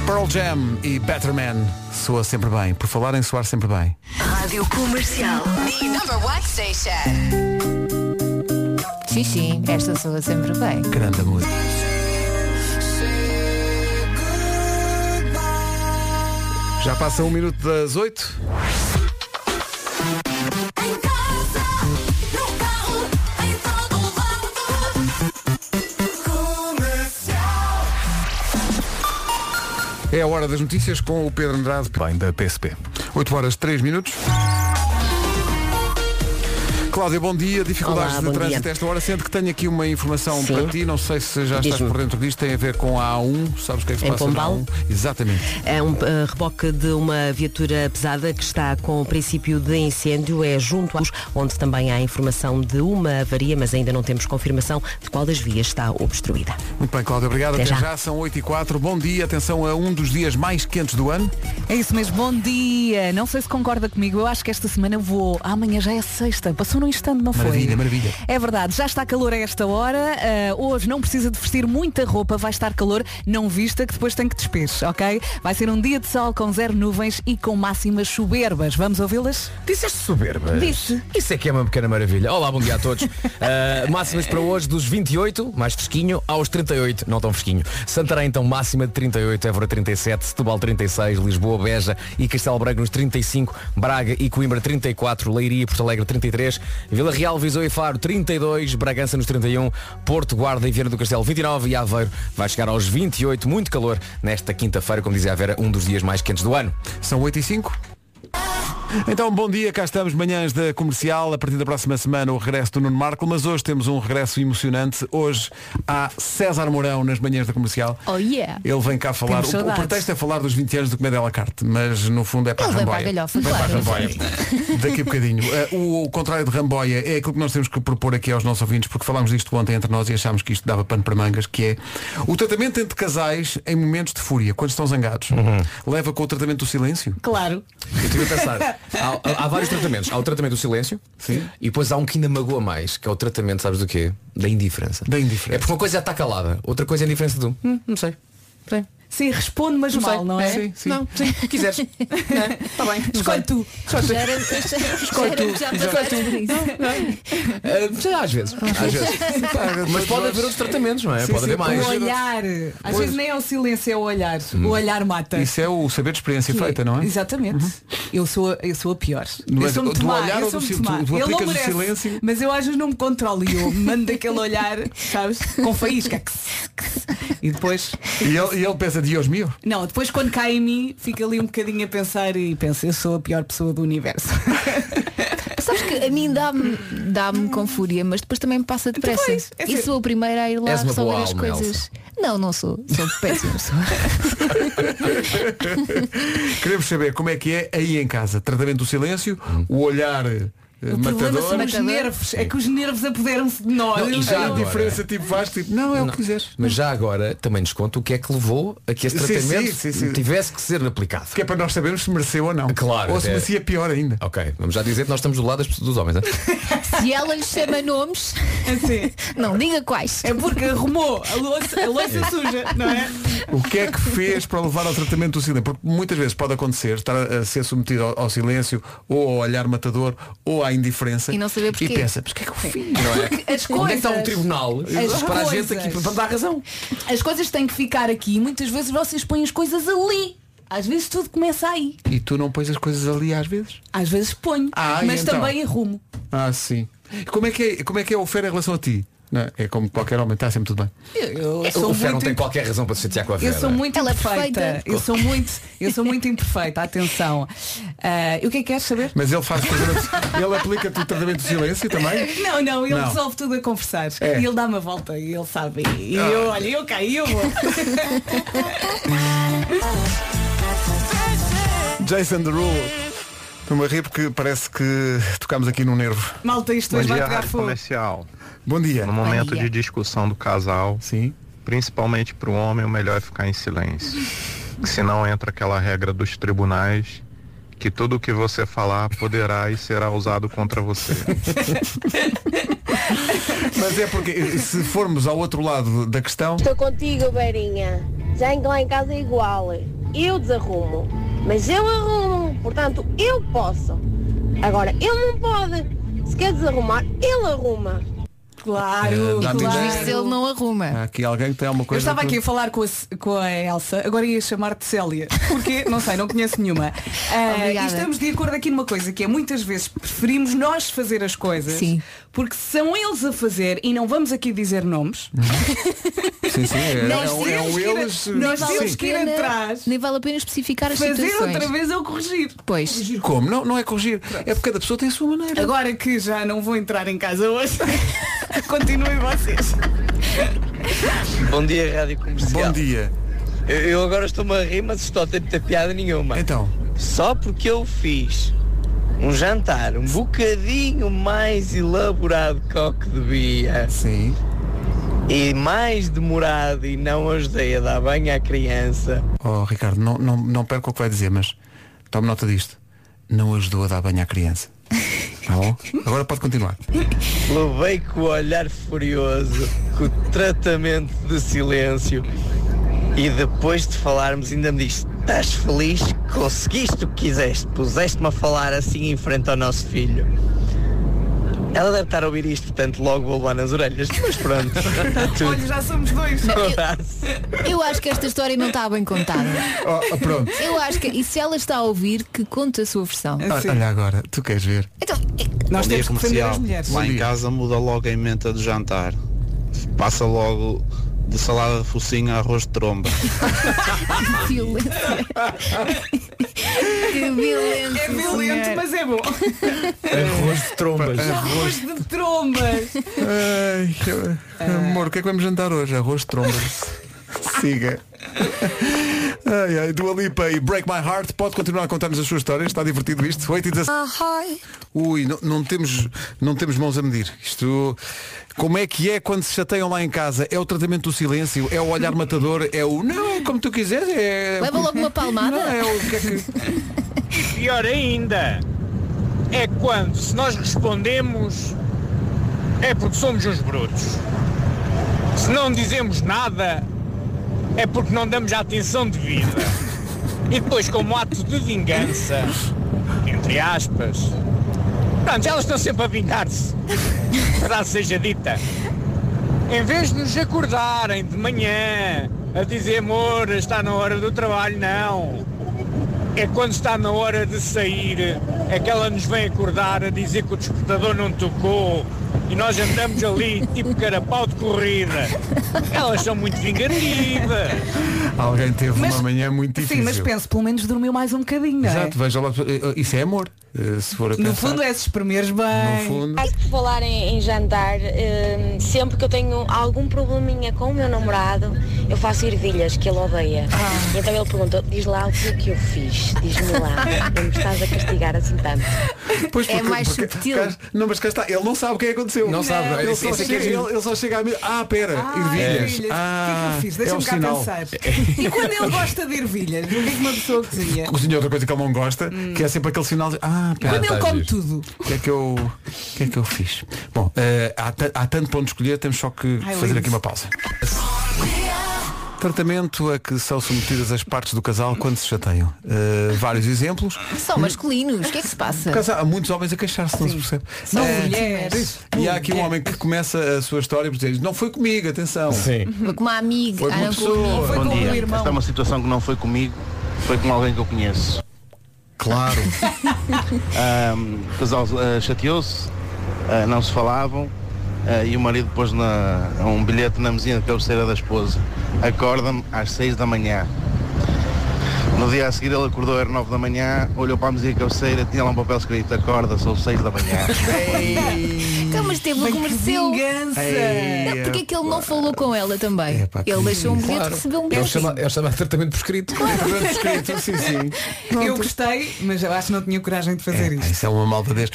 Speaker 1: Pearl Jam e Better Man soa sempre bem. Por falar em soar sempre bem.
Speaker 6: Rádio Comercial. The number one station.
Speaker 4: Xixi, esta soa sempre bem.
Speaker 1: Grande música. passa um minuto das oito. É a hora das notícias com o Pedro Andrade.
Speaker 8: Bem, da PSP.
Speaker 1: 8 horas 3 minutos. Cláudia, bom dia. Dificuldades
Speaker 2: Olá,
Speaker 1: de
Speaker 2: bom
Speaker 1: trânsito
Speaker 2: dia.
Speaker 1: esta hora. Sendo que tenho aqui uma informação
Speaker 2: Sim.
Speaker 1: para ti. Não sei se já estás
Speaker 2: Diz-me.
Speaker 1: por dentro disto. Tem a ver com a A1. Sabes o que é que se
Speaker 2: Em
Speaker 1: passa na
Speaker 2: Pombal?
Speaker 1: A1? Exatamente.
Speaker 2: É um eh, reboque de uma viatura pesada que está com o princípio de incêndio. É junto aos onde também há informação de uma avaria, mas ainda não temos confirmação de qual das vias está obstruída.
Speaker 1: Muito bem, Cláudia. Obrigado. Até,
Speaker 2: Até
Speaker 1: já.
Speaker 2: já.
Speaker 1: São 8 e 4. Bom dia. Atenção a um dos dias mais quentes do ano.
Speaker 3: É isso mesmo, bom dia. Não sei se concorda comigo, eu acho que esta semana vou. Amanhã já é sexta, passou num instante, não
Speaker 1: Maravilha,
Speaker 3: foi?
Speaker 1: maravilha.
Speaker 3: É verdade, já está calor a esta hora. ah, hoje não precisa de vestir muita roupa, vai estar calor, não vista que depois tem que despir, ok? Vai ser um dia de sol com zero nuvens e com máximas soberbas. Vamos ouvi-las?
Speaker 11: Disseste soberba.
Speaker 3: Disse.
Speaker 11: Isso é que é uma pequena maravilha. Olá, bom dia a todos. Uh, máximas para hoje dos 28, mais fresquinho, aos 38, não tão fresquinho. Santarém, então, máxima de 38, Évora 37, Setúbal 36, Lisboa, Beja e Castelo Branco nos 35, Braga e Coimbra 34, Leiria e Porto Alegre 33, Vila Real, Viseu e Faro 32, Bragança nos 31, Porto, Guarda e Viana do Castelo 29 e Aveiro vai chegar aos 28, muito calor nesta quinta-feira, como dizia a Vera, um dos dias mais quentes do ano.
Speaker 1: São 8 e 5. Então, bom dia, cá estamos, manhãs da comercial. A partir da próxima semana, o regresso do Nuno Marco, mas hoje temos um regresso emocionante. Hoje há César Mourão nas manhãs da comercial.
Speaker 4: Oh yeah.
Speaker 1: Ele vem cá falar,
Speaker 4: Temos
Speaker 1: o, o
Speaker 4: saudades.
Speaker 1: pretexto é falar dos 20 anos do Comédia à la carte, mas no fundo é para
Speaker 4: Ele
Speaker 1: a
Speaker 4: vem para a
Speaker 1: Ramboia.
Speaker 4: galhofa,
Speaker 1: Vem para a
Speaker 4: claro. *laughs*
Speaker 1: Ramboia. Daqui a bocadinho. Eh, o, o contrário de Ramboia é aquilo que nós temos que propor aqui aos nossos ouvintes, porque falámos disto ontem entre nós e achámos que isto dava pano para mangas, que é o tratamento entre casais em momentos de fúria, quando estão zangados, leva com o tratamento do silêncio?
Speaker 3: Claro.
Speaker 11: Eu estive a
Speaker 3: *laughs*
Speaker 11: pensar. Há, há- há vários tratamentos. Há o tratamento do silêncio e depois há um que ainda magoa mais, que é o tratamento, sabes do quê? Da indiferença. Da indiferença. É porque uma coisa é estar calada, outra coisa é a indiferença do. Hum, não sei.
Speaker 3: Sim, responde, mas
Speaker 11: Não
Speaker 3: mal,
Speaker 11: sei.
Speaker 3: não é?
Speaker 11: Sim, sim. *laughs* Não, é? Tá
Speaker 3: sim,
Speaker 11: quiseres.
Speaker 3: Está bem. Escolhe tu.
Speaker 4: Já era- já-
Speaker 11: Escolhe
Speaker 4: já
Speaker 11: tu.
Speaker 4: era- já
Speaker 11: Escolhe
Speaker 4: passaste
Speaker 11: tu.
Speaker 4: por isso.
Speaker 11: Ah, sei lá, às vezes. Às vezes. Mas pode haver outros tratamentos, não é?
Speaker 1: Sim,
Speaker 11: pode
Speaker 1: sim,
Speaker 11: haver mais.
Speaker 1: o
Speaker 3: O olhar. Às vezes nem é o silêncio, é o olhar. O olhar mata.
Speaker 1: Hum. Isso é o saber de experiência feita, não é?
Speaker 3: Exatamente. Eu, sou, a- eu sou a pior.
Speaker 1: Não é
Speaker 3: eu sou muito
Speaker 1: do
Speaker 3: má.
Speaker 1: olhar ou do
Speaker 3: eu sou muito
Speaker 1: sil-
Speaker 3: má.
Speaker 1: tu- tu
Speaker 3: Ele
Speaker 1: aplicas
Speaker 3: não
Speaker 1: o
Speaker 3: merece,
Speaker 1: silêncio?
Speaker 3: Mas eu às vezes não me controlo e
Speaker 1: *laughs*
Speaker 3: eu mando aquele olhar, sabes? Com faísca. Cs, cs. E *laughs* depois.
Speaker 1: E ele, e ele pensa, Dios meu.
Speaker 3: Não, depois quando cai em mim, fica ali um bocadinho a pensar e pensa, eu sou a pior pessoa
Speaker 1: *laughs*
Speaker 3: do universo.
Speaker 4: Sabes que a mim dá-me dá com fúria, mas depois também me passa depressa.
Speaker 3: Depois, é
Speaker 4: e
Speaker 3: assim-
Speaker 4: sou a primeira a ir lá
Speaker 11: És uma
Speaker 4: resolver
Speaker 11: boa
Speaker 4: as
Speaker 11: alma,
Speaker 4: coisas. Não, não sou. Sou péssima
Speaker 3: *laughs*
Speaker 4: pessoa.
Speaker 1: *laughs* Queremos saber como é que é aí em casa. Tratamento do silêncio, o olhar eh,
Speaker 3: o problema
Speaker 1: matador.
Speaker 3: são os nervos, é que os nervos apoderam-se de nós.
Speaker 11: Não, e já
Speaker 1: Já a
Speaker 11: agora.
Speaker 1: diferença tipo faz tipo, não, é o que quiseres.
Speaker 11: Mas já agora também desconto o que é que levou a que esse
Speaker 1: Sim,
Speaker 11: tratamento
Speaker 1: sim, sim, sim.
Speaker 11: tivesse que ser aplicado.
Speaker 1: Que é para nós sabermos se mereceu ou não.
Speaker 11: Claro,
Speaker 1: Ou se
Speaker 11: até-
Speaker 1: merecia pior ainda.
Speaker 11: Ok, vamos já dizer que nós estamos do lado das- dos homens, né?
Speaker 4: Se ela lhe chama nomes,
Speaker 3: Assim,
Speaker 4: *laughs* não diga quais.
Speaker 3: é porque arrumou a louça,
Speaker 4: *laughs*
Speaker 3: a louça suja, não é?
Speaker 1: O que é que fez para levar ao tratamento do silêncio? Porque muitas vezes pode acontecer estar a ser submetido ao, ao silêncio ou ao olhar matador ou à indiferença
Speaker 4: E não saber porquê.
Speaker 1: E pensa, mas o que é que eu fiz?
Speaker 11: Não é?
Speaker 3: As
Speaker 11: Onde é que
Speaker 3: coisas.
Speaker 11: está um tribunal
Speaker 3: As
Speaker 11: para a gente
Speaker 3: coisas.
Speaker 11: aqui para dar razão?
Speaker 3: As coisas têm que ficar aqui e muitas vezes vocês põem as coisas ali. Às vezes tudo começa aí.
Speaker 1: E tu não pões as coisas ali às vezes?
Speaker 3: Às vezes ponho,
Speaker 1: Ah, e
Speaker 3: mas
Speaker 1: então?
Speaker 3: também arrumo.
Speaker 1: Ah, sim. Como é que é, como é, que é o Fer em relação a ti? Não é? É como qualquer homem, está sempre tudo bem.
Speaker 3: Eu, eu
Speaker 11: É, o
Speaker 1: um
Speaker 3: sou
Speaker 11: Fer não
Speaker 3: muito
Speaker 11: tem qualquer razão para se chatear com a Vera.
Speaker 3: eu sou muito
Speaker 4: Ela é
Speaker 3: imperfeita.
Speaker 4: perfeita.
Speaker 3: Eu sou muito, eu sou muito
Speaker 4: *laughs*
Speaker 3: imperfeita, atenção. Ah, e o que é que queres saber?
Speaker 1: Mas ele faz ele aplica-te o tratamento do silêncio também?
Speaker 3: Não, não, ele
Speaker 1: Não.
Speaker 3: resolve tudo a conversar.
Speaker 1: É.
Speaker 3: E ele dá-me a volta e ele sabe. E eu, olha, eu caí, eu vou.
Speaker 1: Jason Derulo. Estou-me a rir porque parece que tocámos aqui num nervo.
Speaker 3: Malta, isto hoje vai pegar fogo.
Speaker 12: comercial.
Speaker 1: Bom dia.
Speaker 12: No momento
Speaker 4: Olha.
Speaker 12: de discussão do casal,
Speaker 1: Sim.
Speaker 12: principalmente para o homem, o melhor é ficar em silêncio. Que Senão entra aquela regra dos tribunais que tudo o que você falar poderá e será usado contra você.
Speaker 1: Mas é porque se formos ao outro lado da questão,
Speaker 13: Estou contigo, Beirinha. Já em que lá em casa é igual. Eu desarrumo. Mas eu arrumo. Portanto, eu posso. Agora, ele não pode. Se quer desarrumar, ele arruma.
Speaker 3: Claro,
Speaker 1: Dá-me
Speaker 3: claro.
Speaker 1: ideia.
Speaker 4: Ele não arruma.
Speaker 1: Há aqui alguém que tem alguma
Speaker 3: Eu
Speaker 1: coisa.
Speaker 3: estava
Speaker 1: que-
Speaker 3: aqui a falar com a, S- com a Elsa, agora ia chamar-te Célia. Porque, não sei, não
Speaker 4: *laughs*
Speaker 3: conheço nenhuma. Ah,
Speaker 4: Obrigada.
Speaker 3: e estamos de acordo aqui numa coisa, que é muitas vezes preferimos nós fazer as coisas.
Speaker 4: Sim.
Speaker 3: Porque são eles a fazer, e não vamos aqui dizer nomes,
Speaker 1: Sim, sim, é,
Speaker 3: Nós
Speaker 1: é um- é
Speaker 3: temos
Speaker 1: um
Speaker 3: que ir a-
Speaker 1: eles.
Speaker 3: nós
Speaker 1: sim.
Speaker 3: temos que ir
Speaker 4: Nem-
Speaker 3: atrás.
Speaker 4: Nem vale a pena especificar as
Speaker 3: fazer
Speaker 4: situações.
Speaker 3: outra vez eu corrigir.
Speaker 4: Pois.
Speaker 1: Corrigir como? Não, não é corrigir. É porque cada pessoa tem a sua maneira.
Speaker 3: Agora que já não vou entrar em casa hoje, *laughs* continuem vocês.
Speaker 14: Bom dia, Rádio Comercial. Bom
Speaker 1: dia.
Speaker 14: Eu, eu agora estou-me a rir, mas estou a ter, ter piada nenhuma.
Speaker 1: Então?
Speaker 14: Só porque eu fiz um jantar um bocadinho mais elaborado que o que devia.
Speaker 1: Sim.
Speaker 14: E mais demorado e não ajudei a dar banho à criança.
Speaker 1: Oh, Ricardo, não, não, não perca o que vai dizer, mas tome nota disto. Não ajudou a dar banho à criança. Tá bom? Agora pode continuar.
Speaker 14: Levei com o olhar furioso, com o tratamento de silêncio. E depois de falarmos ainda me diz, estás feliz? Conseguiste o que quiseste, puseste-me a falar assim em frente ao nosso filho. Ela deve estar a ouvir isto, portanto logo vou levar nas orelhas, mas pronto. *laughs* é
Speaker 3: Olha, já
Speaker 1: *laughs*
Speaker 3: somos dois.
Speaker 4: Eu acho que esta história não está bem contada.
Speaker 1: Oh, pronto.
Speaker 4: Eu acho que, e se ela está a ouvir, que conte a sua versão.
Speaker 3: É
Speaker 1: Ah,
Speaker 3: assim.
Speaker 1: Olha agora, tu queres ver?
Speaker 4: Nós temos
Speaker 15: Bom dia,
Speaker 4: que defender
Speaker 15: comercial.
Speaker 4: as mulheres.
Speaker 15: Lá
Speaker 4: Bom
Speaker 15: em
Speaker 4: dia.
Speaker 15: casa muda logo a emenda do jantar. Passa logo de salada de focinho a arroz de tromba.
Speaker 4: Que violência. que violência.
Speaker 3: É violento,
Speaker 4: senhor.
Speaker 3: mas é bom.
Speaker 11: Arroz de trombas.
Speaker 3: Arroz de trombas.
Speaker 1: É Ai, que- Amor, o que é que vamos jantar hoje? Arroz de trombas. Siga. Ai, ai, Dua Lipa e Break My Heart. Pode continuar a contar-nos as suas histórias. Está divertido isto. 8 e
Speaker 12: Ah,
Speaker 1: 17. Ui, não, não temos, não temos mãos a medir. Isto. Como é que é quando se chateiam lá em casa? É o tratamento do silêncio? É o olhar matador? É o. Não, é como tu quiseres. É...
Speaker 4: Leva logo uma palmada.
Speaker 1: Não, é o que é que.
Speaker 16: *laughs* Pior ainda é quando, se nós respondemos, é porque somos uns brutos. Se não dizemos nada, é porque não damos a atenção devida. E depois, como ato de vingança, entre aspas, pronto, elas estão sempre a vingar-se. Verdade seja dita. Em vez de nos acordarem de manhã a dizer, amor, está na hora do trabalho, não é quando está na hora de sair, é que ela nos vem acordar a dizer que o despertador não tocou e nós andamos ali tipo carapau de corrida. Elas são muito vingativas.
Speaker 1: Alguém teve
Speaker 3: Mas-
Speaker 1: uma manhã muito difícil.
Speaker 3: Sim, mas penso, pelo menos dormiu mais um bocadinho, não é?
Speaker 1: Exato, veja lá. Isso é amor. eh, Se for a
Speaker 3: No
Speaker 1: pensar.
Speaker 3: fundo é se espremeres bem.
Speaker 1: No fundo.
Speaker 17: Acho que falar em, em jantar, hum, sempre que eu tenho algum probleminha com o meu namorado, eu faço ervilhas que ele odeia.
Speaker 18: Ah.
Speaker 17: E então ele pergunta, diz lá o que é que eu fiz, diz-me lá,
Speaker 18: *laughs*
Speaker 17: não me estás a castigar assim tanto.
Speaker 1: Pois,
Speaker 18: É
Speaker 3: É
Speaker 1: porque- porque- cá- não, mas cá está, ele não sabe o que é que aconteceu.
Speaker 11: Não sabe,
Speaker 1: Ele,
Speaker 11: isso-
Speaker 1: só,
Speaker 11: isso é que é
Speaker 1: chega,
Speaker 11: giro.
Speaker 1: ele, ele só chega a mim. Ah, pera, ervilhas.
Speaker 3: ervilhas.
Speaker 1: Ah,
Speaker 3: O que é que eu fiz?
Speaker 1: é o
Speaker 3: Deixa-me cá
Speaker 1: sinal.
Speaker 3: pensar.
Speaker 1: *laughs*
Speaker 3: E quando ele gosta de ervilhas, o que é que uma pessoa cozinha?
Speaker 1: Cozinha outra coisa que ele não gosta, que é sempre aquele sinal de. Ah, pera.
Speaker 3: Quando ele come tudo.
Speaker 1: O que é que eu, o que é que eu fiz? Bom, eh, há, ta- há tanto ponto de escolher, temos só que
Speaker 3: Ai,
Speaker 1: fazer
Speaker 3: lindo.
Speaker 1: aqui uma pausa. Tratamento a que são submetidas as partes do casal quando se chateiam. Eh, vários exemplos.
Speaker 4: São masculinos. O que é que se passa?
Speaker 1: Por causa, há muitos homens a queixar-se, não se percebe.
Speaker 4: São
Speaker 1: Eh,
Speaker 4: mulheres.
Speaker 1: E há aqui um homem que começa a sua história por dizer, não foi comigo, atenção. Sim.
Speaker 4: Foi com uma amiga.
Speaker 1: Foi com uma
Speaker 4: ah, não, com um
Speaker 1: pessoa.
Speaker 4: amigo.
Speaker 1: Foi
Speaker 15: Bom
Speaker 1: com o
Speaker 15: dia.
Speaker 1: meu irmão.
Speaker 15: Esta é uma situação que não foi comigo, foi com alguém que eu conheço. *laughs*
Speaker 1: Claro.
Speaker 15: o casal ah, chateou-se, ah, não se falavam ah, e o marido pôs na, um bilhete na mesinha de cabeceira da esposa. Acorda-me às 6 da manhã. No dia a seguir ele acordou, era 9 da manhã, olhou para a mesinha de cabeceira, tinha lá um papel escrito, acorda, são 6 da manhã.
Speaker 4: *laughs* Então, mas teve o comercial.
Speaker 1: Ei,
Speaker 4: Não, porque é que ele não falou com ela também?
Speaker 1: que-
Speaker 4: ele deixou um bilhete
Speaker 11: Claro.
Speaker 4: recebeu um
Speaker 11: É o
Speaker 4: bilhete.
Speaker 11: chama- é o chamado tratamento prescrito.
Speaker 3: Eu gostei, mas eu acho que não tinha coragem de fazer isso.
Speaker 1: Isso é uma maldadez.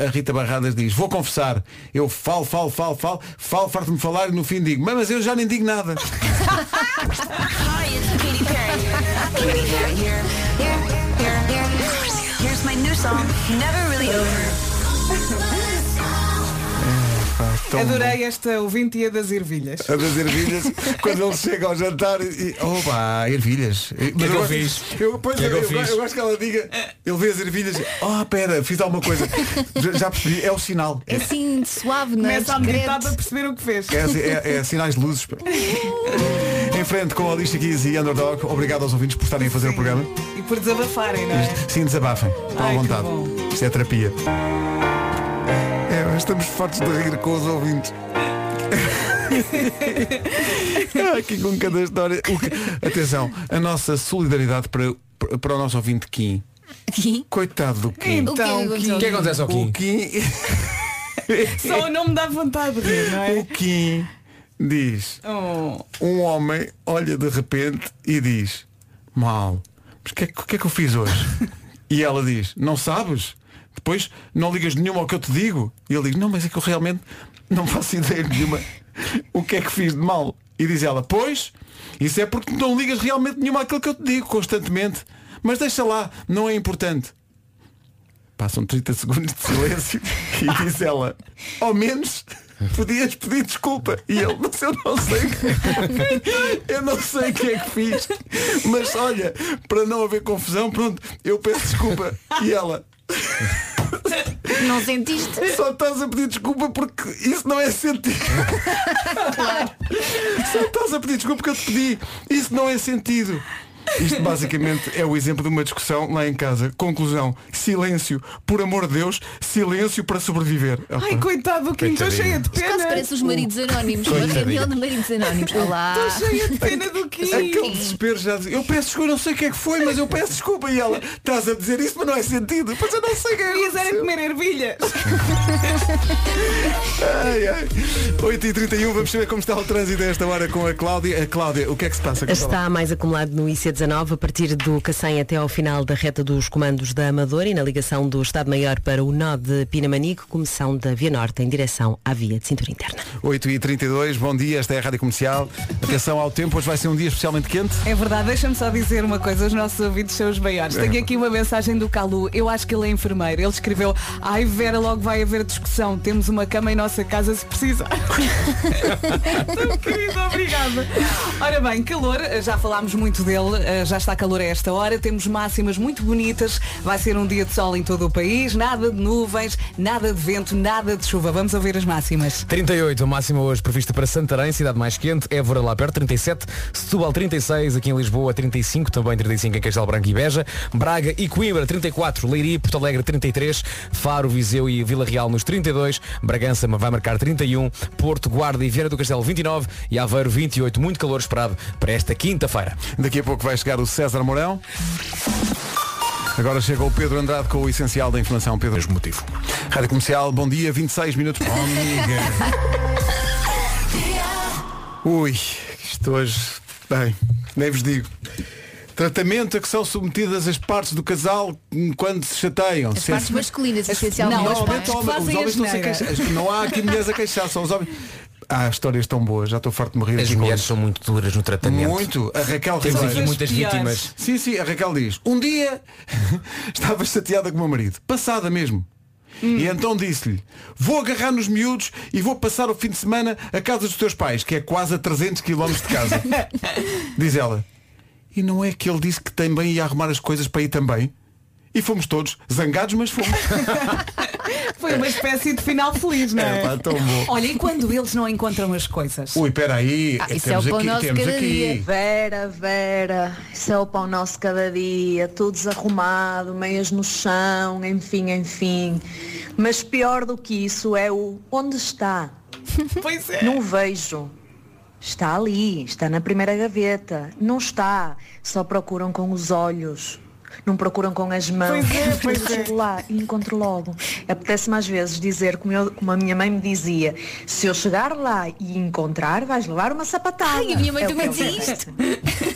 Speaker 1: A, a Rita Barradas diz, vou confessar, eu falo, falo, falo, falo, falo, farto-me falar e no fim digo, "Mãe, mas eu já nem digo nada.
Speaker 6: Hi, it's Katy Perry. Katy Perry here. Here, here, here. Here's my new song, Never Really Over.
Speaker 1: É, Pá, tão
Speaker 3: Adorei esta ouvinte e a das ervilhas.
Speaker 1: A das ervilhas,
Speaker 3: *laughs*
Speaker 1: quando ele chega ao jantar e. Opa, ervilhas.
Speaker 6: é
Speaker 1: Que
Speaker 11: é que eu fiz?
Speaker 1: Eu, pois,
Speaker 11: Que é que
Speaker 1: eu,
Speaker 11: eu
Speaker 1: eu,
Speaker 11: fiz?
Speaker 1: eu gosto que ela diga, ele vê as ervilhas, oh pera, fiz alguma coisa. já, já percebi, é o sinal.
Speaker 4: É assim, suave, não é?
Speaker 3: Começa a meditar
Speaker 4: Discreto.
Speaker 3: para perceber o que fez.
Speaker 1: É, é- é sinais de luzes. em frente com a Alicia Keys e Underdog, obrigado aos ouvintes por estarem a fazer o programa.
Speaker 3: E por desabafarem, não é?
Speaker 1: Sim, desabafem, à
Speaker 3: Ai, que
Speaker 1: vontade.
Speaker 3: bom.
Speaker 1: Isto é terapia. É, estamos fortes de rir com os
Speaker 4: *laughs*
Speaker 1: ouvintes. *laughs* Ah, Aqui com cada história. O que- Atenção, a nossa solidariedade para, para o nosso ouvinte Kim. Coitado do Kim.
Speaker 3: Então, O que é que aconteceu? Kim? O que é que acontece ao Kim?
Speaker 1: O Kim.
Speaker 3: *laughs* Só o nome dá vontade de rir, não é?
Speaker 1: O Kim diz,
Speaker 3: Oh.
Speaker 1: um homem olha de repente e diz, mal, mas o que, é que- o que é que eu fiz
Speaker 3: *laughs*
Speaker 1: hoje? E ela diz, não sabes? Depois não ligas nenhuma ao que eu te digo. E ele diz, não, mas é que eu realmente não faço ideia nenhuma o que é que fiz de mal. E diz ela, pois, isso é porque não ligas realmente nenhuma àquilo que eu te digo constantemente. Mas deixa lá, não é importante. *laughs* Passam 30 segundos de silêncio e diz ela, ao menos *laughs* podias pedir desculpa. E ele, mas eu não sei. Eu não sei o que *laughs* é que fiz. Mas olha, para não haver confusão, pronto, eu peço desculpa. E ela.
Speaker 4: Não sentiste?
Speaker 1: Só estás a pedir desculpa porque isso não é sentido.
Speaker 4: Claro.
Speaker 1: Só estás a pedir desculpa porque eu te pedi. Isso não é sentido. Isto basicamente é o exemplo de uma discussão lá em casa. Conclusão, silêncio, por amor de Deus, silêncio para sobreviver.
Speaker 3: Ai, coitado do Kim, estou
Speaker 1: Coitadinho.
Speaker 3: cheia de
Speaker 4: Isto quase
Speaker 3: pena.
Speaker 4: parece os maridos anónimos. Uma
Speaker 1: Coitadinho.
Speaker 4: reunião de maridos anónimos. Olá.
Speaker 3: Estou cheia de
Speaker 1: *laughs*
Speaker 3: pena do Kim.
Speaker 1: Aquele desespero já diz, eu peço desculpa, não sei o que é que foi, mas eu peço desculpa e ela, estás a dizer isso, mas não é sentido. Pois eu não sei o que é que
Speaker 3: Querias era
Speaker 1: aconteceu."
Speaker 3: comer ervilhas.
Speaker 1: Ai, ai. 8h31, vamos saber como está o trânsito a esta hora com a Cláudia. A Cláudia, o que é que se passa? Conta lá.
Speaker 2: Está mais acumulado no IC19 a partir do Cacém até ao final da reta dos comandos da Amadora e na ligação do Estado Maior para o nó de Pinamanico, começão da Via Norte em direção à via de cintura interna.
Speaker 1: 8h32, bom dia, esta é a Rádio Comercial. Atenção ao tempo, hoje vai ser um dia especialmente quente.
Speaker 3: É verdade, deixa-me só dizer uma coisa, os nossos ouvidos são os maiores.
Speaker 1: É
Speaker 3: Tenho aqui uma mensagem do Calu, eu acho que ele é enfermeiro. Ele escreveu, ai Vera, logo vai haver discussão, temos uma cama em nossa casa se precisar. Tão querido, Então, obrigada. Ora bem, calor, já falámos muito dele, eh, já está calor a esta hora, temos máximas muito bonitas, vai ser um dia de sol em todo o país, nada de nuvens, nada de vento, nada de chuva. Vamos ouvir as máximas.
Speaker 11: 38, a máxima hoje prevista para Santarém, cidade mais quente, Évora lá perto, 37, Setúbal 36, aqui em Lisboa 35, também 35 em Castelo Branco e Beja, Braga e Coimbra 34, Leiria, e Porto Alegre 33, Faro, Viseu e Vila Real nos 32, Bragança vai marcar 31, Porto, Guarda e Vieira do Castelo 29 e Aveiro 28, muito calor esperado para esta quinta-feira.
Speaker 1: Daqui a pouco vai chegar o César Mourão. Agora chega o Pedro Andrade com o essencial da informação. Pedro. Mesmo motivo. Rádio Comercial, bom dia, 26
Speaker 4: *laughs*
Speaker 1: minutos. Oh, amiga. Ui, isto hoje, bem, nem vos digo. Tratamento a que são submetidas as partes do casal quando se chateiam.
Speaker 4: As
Speaker 1: Se- é
Speaker 4: partes masculinas, essencialmente.
Speaker 1: Não,
Speaker 4: as
Speaker 1: normalmente
Speaker 4: partes que
Speaker 1: homens- os
Speaker 4: fazem
Speaker 1: homens não se
Speaker 4: asneira.
Speaker 1: queixam. As- Não há aqui mulheres a queixar, são os homens. Há histórias tão boas, já estou farto de morrer.
Speaker 11: As mulheres são muito duras no tratamento.
Speaker 1: Muito. A Raquel
Speaker 11: Temos
Speaker 1: Ribeiro.
Speaker 11: aqui muitas
Speaker 1: Piores.
Speaker 11: vítimas.
Speaker 1: Sim, sim, a Raquel diz. Um dia estava chateada com o meu marido. Passada mesmo. E então disse-lhe, vou agarrar nos miúdos e vou passar o fim de semana à casa dos teus pais, que é quase a 300 km de casa. Diz ela. E não é que ele disse que também ia arrumar as coisas para ir também? E fomos todos, zangados, mas fomos.
Speaker 3: Foi uma espécie de final feliz, não é?
Speaker 1: É, pá, tão bom.
Speaker 3: Olha, e quando eles não encontram as coisas?
Speaker 1: Ui, peraí,
Speaker 3: Ah, isso é o
Speaker 1: temos
Speaker 3: pão
Speaker 1: aqui,
Speaker 3: nosso
Speaker 1: temos
Speaker 3: cada
Speaker 1: aqui.
Speaker 18: Vera, Vera, isso é o pão nosso cada dia, tudo desarrumado, meias no chão, enfim, enfim. Mas pior do que isso é o onde está.
Speaker 3: *laughs* Pois é.
Speaker 18: Não vejo. Está ali, está na primeira gaveta. Não está. Só procuram com os olhos. Não procuram com as mãos.
Speaker 3: Pois é, pois
Speaker 18: *laughs* Eu
Speaker 3: é.
Speaker 18: chego lá e encontro logo. Apetece-me às vezes dizer, como, eu- como a minha mãe me dizia, se eu chegar lá e encontrar, vais levar uma sapatada.
Speaker 4: Ai, a minha mãe
Speaker 18: É o
Speaker 4: também
Speaker 18: que
Speaker 4: dizia
Speaker 18: eles
Speaker 4: isto.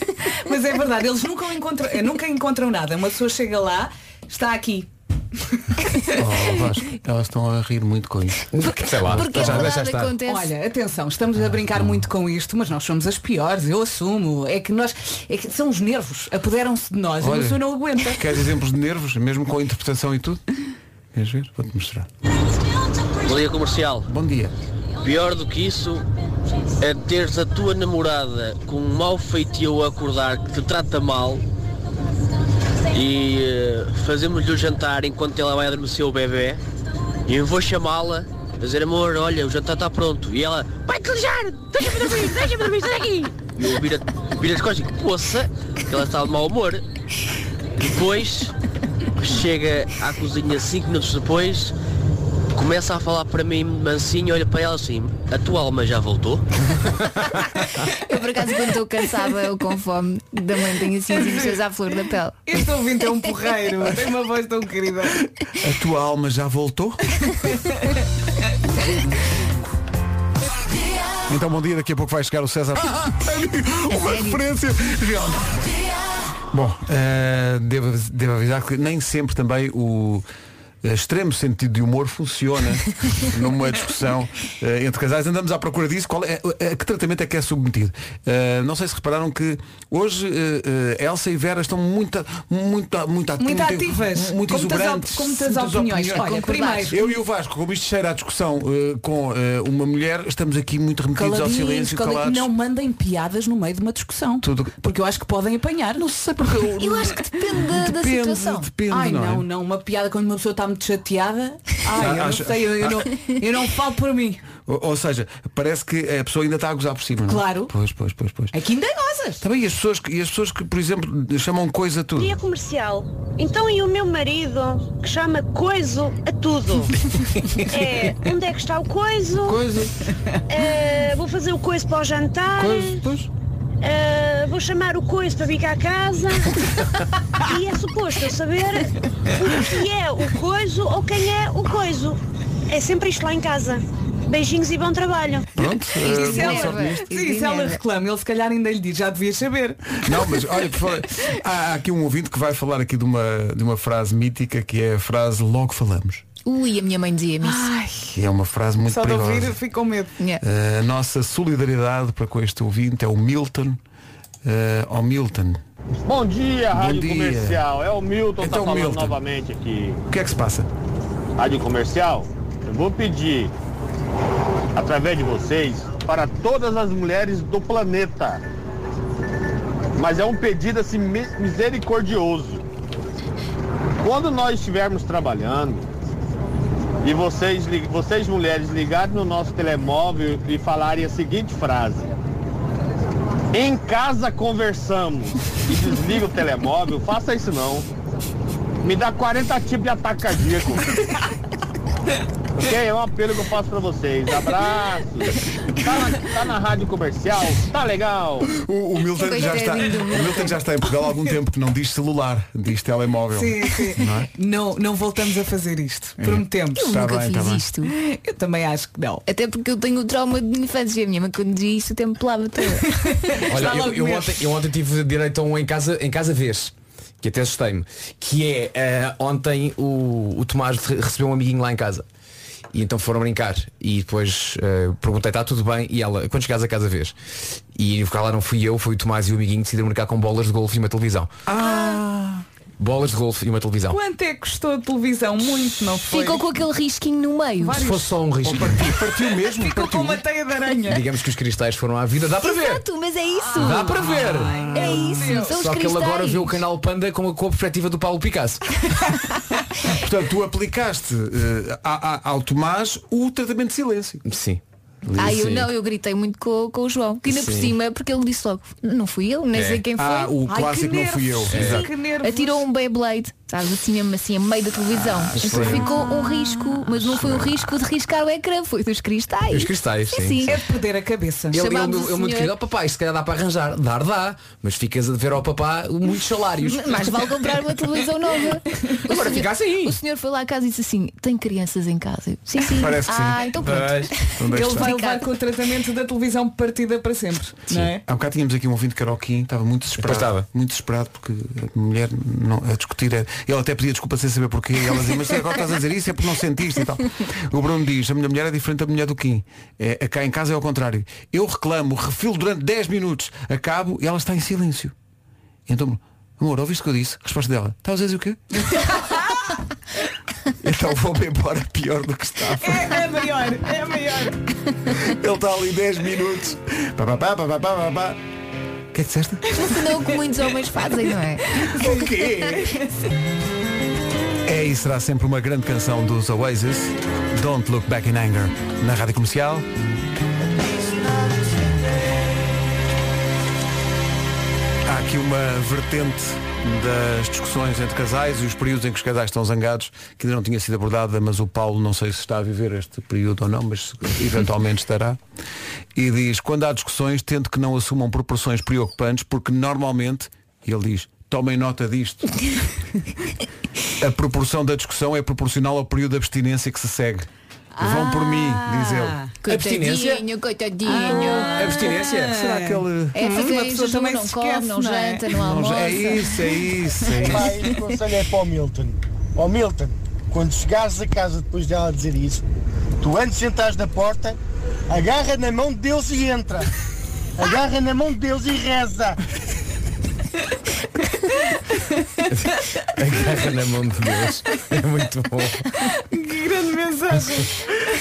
Speaker 3: *laughs* Mas é verdade, eles nunca encontram, eh, nunca encontram nada. Uma pessoa chega lá, está aqui.
Speaker 1: Oh, Vasco, elas estão a rir muito com isso.
Speaker 11: Sei lá,
Speaker 3: Porque é
Speaker 11: já,
Speaker 3: a
Speaker 11: já está.
Speaker 3: Olha, atenção, estamos a brincar muito com isto, mas nós somos as piores, eu assumo. É que nós, é que são os nervos, apoderam-se de nós, e a
Speaker 1: Olha,
Speaker 3: pessoa não aguenta.
Speaker 1: Queres exemplos de nervos, mesmo com a interpretação e tudo? Queres ver? Vou-te mostrar.
Speaker 19: Bom dia comercial.
Speaker 1: Bom dia.
Speaker 20: Pior do que isso é teres a tua namorada com um mau feitio a acordar que te trata mal e eh, fazemos-lhe o jantar enquanto ela vai adormecer o bebê e eu vou chamá-la, dizer amor, olha, o jantar está pronto e ela vai calejar, deixa-me dormir, deixa-me dormir, sai daqui! E eu viro, viro as costas e digo, poça, que ela está de mau humor. Depois chega à cozinha 5 minutos depois, começa a falar para mim mansinho, olha para ela assim, a tua alma já voltou?
Speaker 4: Eu por acaso quando estou cansada ou com fome da mãe tenho assim as emoções à flor da pele.
Speaker 3: Este ouvinte é um porreiro, tem uma voz tão querida.
Speaker 1: A tua alma já voltou? Então bom dia, daqui a pouco vai chegar o César.
Speaker 6: Uma referência real.
Speaker 1: Bom, eh, devo, avis- devo avisar que nem sempre também o eh, extremo sentido de humor funciona numa discussão eh, entre casais. Andamos à procura disso. Qual é, a que tratamento é que é submetido? Eh, não sei se repararam que hoje eh, eh, Elsa e Vera estão muito, muito, muito, ati-
Speaker 3: Muito ativas,
Speaker 1: muito
Speaker 3: com muitas
Speaker 1: exuberantes.
Speaker 3: op- com muitas opiniões. Olha, primeiro-
Speaker 1: Eu e o Vasco, como isto cheira à discussão eh, com eh, uma mulher, estamos aqui muito remetidos ao silêncio,
Speaker 3: cala-
Speaker 1: calados.
Speaker 3: Não mandem piadas no meio de uma discussão. Porque eu acho que podem apanhar. Não sei porque.
Speaker 4: Eu acho que depende da- da Depende, situação. depende,
Speaker 3: Ai
Speaker 1: não é?
Speaker 3: não, não. Uma piada quando uma pessoa está muito chateada. Ai, eu não
Speaker 1: Acho-
Speaker 3: sei, eu, eu não,
Speaker 1: *laughs*
Speaker 3: eu não falo por mim.
Speaker 1: Ou, ou seja, parece que a pessoa ainda está a gozar por cima. não é?
Speaker 3: Claro.
Speaker 1: Pois, pois, pois, pois.
Speaker 3: Aqui ainda gozas.
Speaker 1: Também e as pessoas que, e as pessoas que por exemplo, chamam coisa a tudo.
Speaker 19: Dia comercial. Então e o meu marido que chama coiso a
Speaker 1: *laughs*
Speaker 19: tudo? é, onde é que está o coiso?
Speaker 1: Coiso.
Speaker 19: É, vou fazer o coiso para o jantar. É, vou chamar o coiso para vir cá
Speaker 1: *laughs*
Speaker 19: a casa. e é suposto eu saber o que é o coiso ou quem é o coiso. É sempre isto lá em casa. Beijinhos e bom trabalho.
Speaker 1: Pronto, eh,
Speaker 19: é
Speaker 3: E se
Speaker 1: boa
Speaker 3: ela-
Speaker 1: sorte nisto.
Speaker 3: Sim,
Speaker 4: é
Speaker 3: se ela é reclama, ele se calhar ainda lhe diz, já devias saber.
Speaker 1: Não, mas olha, por favor, há há aqui um ouvinte que vai falar aqui de uma, de uma frase mítica que é a frase logo falamos.
Speaker 4: Ui, a minha mãe dizia-me isso.
Speaker 1: Que é uma frase muito
Speaker 4: Só de ouvir,
Speaker 1: perigosa.
Speaker 3: fico com medo.
Speaker 1: Eh, a nossa solidariedade para com este ouvinte é o Milton. Eh, ó Milton,
Speaker 21: Bom dia,
Speaker 1: Bom
Speaker 21: Rádio
Speaker 1: dia.
Speaker 21: Comercial. É o Milton
Speaker 1: Então,
Speaker 21: tá falando
Speaker 1: Milton.
Speaker 21: novamente aqui.
Speaker 1: o que é que se passa?
Speaker 21: Rádio Comercial, eu vou pedir, através de vocês, para todas as mulheres do planeta. Mas é um pedido assim mi- misericordioso. Quando nós estivermos trabalhando e vocês, li- vocês mulheres ligarem no nosso telemóvel e falarem a seguinte frase. Em casa conversamos e desliga o telemóvel, faça isso não. Me dá 40 tipos de ataque cardíaco. ok? É um apelo que eu faço pra vocês. Abraço. Tá na, tá na rádio comercial? Tá legal.
Speaker 1: O, o Milton, já
Speaker 3: é,
Speaker 1: está, o Milton já está em Portugal há algum tempo que não diz celular, diz telemóvel.
Speaker 3: Sim, sim.
Speaker 1: *laughs* Não é?
Speaker 3: Não, não voltamos a fazer isto.
Speaker 1: É.
Speaker 3: Prometemos.
Speaker 1: Eu Tá nunca bem, fiz tá bem.
Speaker 4: isto.
Speaker 3: *laughs* Eu também acho que não.
Speaker 4: Até porque eu tenho o trauma de infância. A minha mãe quando dizia isto até me pelava
Speaker 3: *laughs*
Speaker 4: toda.
Speaker 11: Olha, eu,
Speaker 3: um
Speaker 11: eu ontem, eu ontem tive direito a um em casa, em casa vez. Que até assustei-me. Que é, eh, ontem o, o Tomás re- recebeu um amiguinho lá em casa. E então foram brincar. E depois eh, perguntei, está tudo bem? E ela, quando chegares a casa vez? E lá não fui eu, foi o Tomás e o amiguinho que decidiram brincar com bolas de golfe e uma televisão.
Speaker 3: Ah,
Speaker 11: Bolas de golfe e uma televisão.
Speaker 3: quanto é que custou a televisão? Muito, não foi?
Speaker 4: Ficou com aquele risquinho no meio.
Speaker 11: Se fosse só um risco. Partiu,
Speaker 1: mesmo.
Speaker 3: Ficou com uma teia de aranha.
Speaker 11: Digamos que os cristais foram à vida. Dá para ver!
Speaker 4: Exato, mas é isso.
Speaker 11: Dá para ver!
Speaker 4: É isso. São os
Speaker 11: Só que ele agora
Speaker 4: cristais.
Speaker 11: vê o canal Panda com a, com a perspectiva do Paulo
Speaker 4: *laughs*
Speaker 11: Picasso.
Speaker 1: Portanto, tu aplicaste eh, a- a- ao Tomás o tratamento de silêncio.
Speaker 11: Sim.
Speaker 4: Ah, eu não, eu gritei muito com, com o João. Que ainda por
Speaker 1: Sim.
Speaker 4: cima, porque ele disse logo, não fui eu, nem
Speaker 1: É.
Speaker 4: sei quem foi.
Speaker 1: Ah, o clássico não fui eu.
Speaker 4: Sim,
Speaker 1: Exato.
Speaker 4: sim.
Speaker 1: Que
Speaker 4: Atirou um Beyblade, sabes, assim mesmo assim, a meio da televisão.
Speaker 11: Ah,
Speaker 4: então
Speaker 11: sim.
Speaker 4: ficou um risco, mas não foi um risco de riscar o ecrã, foi dos cristais.
Speaker 11: Os cristais, sim.
Speaker 4: sim.
Speaker 11: sim.
Speaker 3: É de perder a cabeça.
Speaker 11: Ele, ele,
Speaker 4: Então, Chamámos
Speaker 11: ele,
Speaker 4: o
Speaker 11: muito
Speaker 4: senhor.
Speaker 11: querido, "Oh, papá, isto se calhar dá para arranjar. Dar dá, mas ficas a dever ao papá muitos
Speaker 4: *laughs*
Speaker 11: salários.
Speaker 4: Mas vale comprar uma televisão nova. O
Speaker 11: Agora
Speaker 4: senhor-
Speaker 11: fica assim.
Speaker 4: O senhor foi lá a casa e disse assim, tem crianças em casa. Eu, Sim, sim.
Speaker 1: Parece que sim. é
Speaker 4: ah, então pronto.
Speaker 3: Ele vai levar com o tratamento da televisão partida para sempre. Não é?
Speaker 1: Há bocado tínhamos aqui um ouvinte karaoke, estava muito desesperado. Muito desesperado porque a mulher não, a discutir. era- Ele até pedia desculpa sem saber porquê. E ela dizia, mas tu agora estás a dizer isso, é porque não sentiste e tal. O Bruno diz, a minha mulher é diferente da mulher do Kim. É, cá em casa é ao contrário. Eu reclamo, refilo durante 10 minutos, acabo e ela está em silêncio. "Tá, Então,
Speaker 3: *laughs*
Speaker 1: amor, ouviste o que eu disse? Resposta dela, estás a dizer o quê? Então vou-me embora pior do que estava.
Speaker 3: É, é maior, é maior.
Speaker 1: Ele está ali 10 minutos. Pá, pá, pá, pá, pá, pá, pá, pá. O que é que disseste?
Speaker 4: Não o que muitos homens fazem, não é?
Speaker 1: *laughs* O quê? É e será sempre uma grande canção dos Oasis. Don't Look Back in Anger. Na rádio comercial. Há aqui uma vertente das discussões entre casais e os períodos em que os casais estão zangados, que ainda não tinha sido abordada, mas o Paulo não sei se está a viver este período ou não, mas eventualmente estará. E diz, quando há discussões, tento que não assumam proporções preocupantes, porque normalmente, e ele diz, tomem nota disto. a proporção da discussão é proporcional ao período de abstinência que se segue. Vão por mim, diz
Speaker 11: Ah,
Speaker 1: ele.
Speaker 4: Ah, Coitadinho, coitadinho.
Speaker 1: Ah.
Speaker 4: Ah.
Speaker 1: Abstinência? Será que ele-
Speaker 4: É,
Speaker 1: Hum, uma
Speaker 4: fica em
Speaker 1: pessoa
Speaker 4: jejum,
Speaker 1: também
Speaker 4: não
Speaker 1: se
Speaker 4: come,
Speaker 1: esquece,
Speaker 4: não
Speaker 1: não é?
Speaker 4: janta, não
Speaker 1: Não,
Speaker 4: almoça.
Speaker 1: é isso, é isso, é
Speaker 22: Pá,
Speaker 1: isso.
Speaker 22: e o conselho é para o Milton. Ó Milton, quando chegares a casa depois dela dizer isso, tu antes de sentares na porta, agarra na mão de Deus e entra. Agarra na mão de Deus e reza.
Speaker 11: Agarra na mão de Deus. É muito bom.
Speaker 3: Que grande mensagem.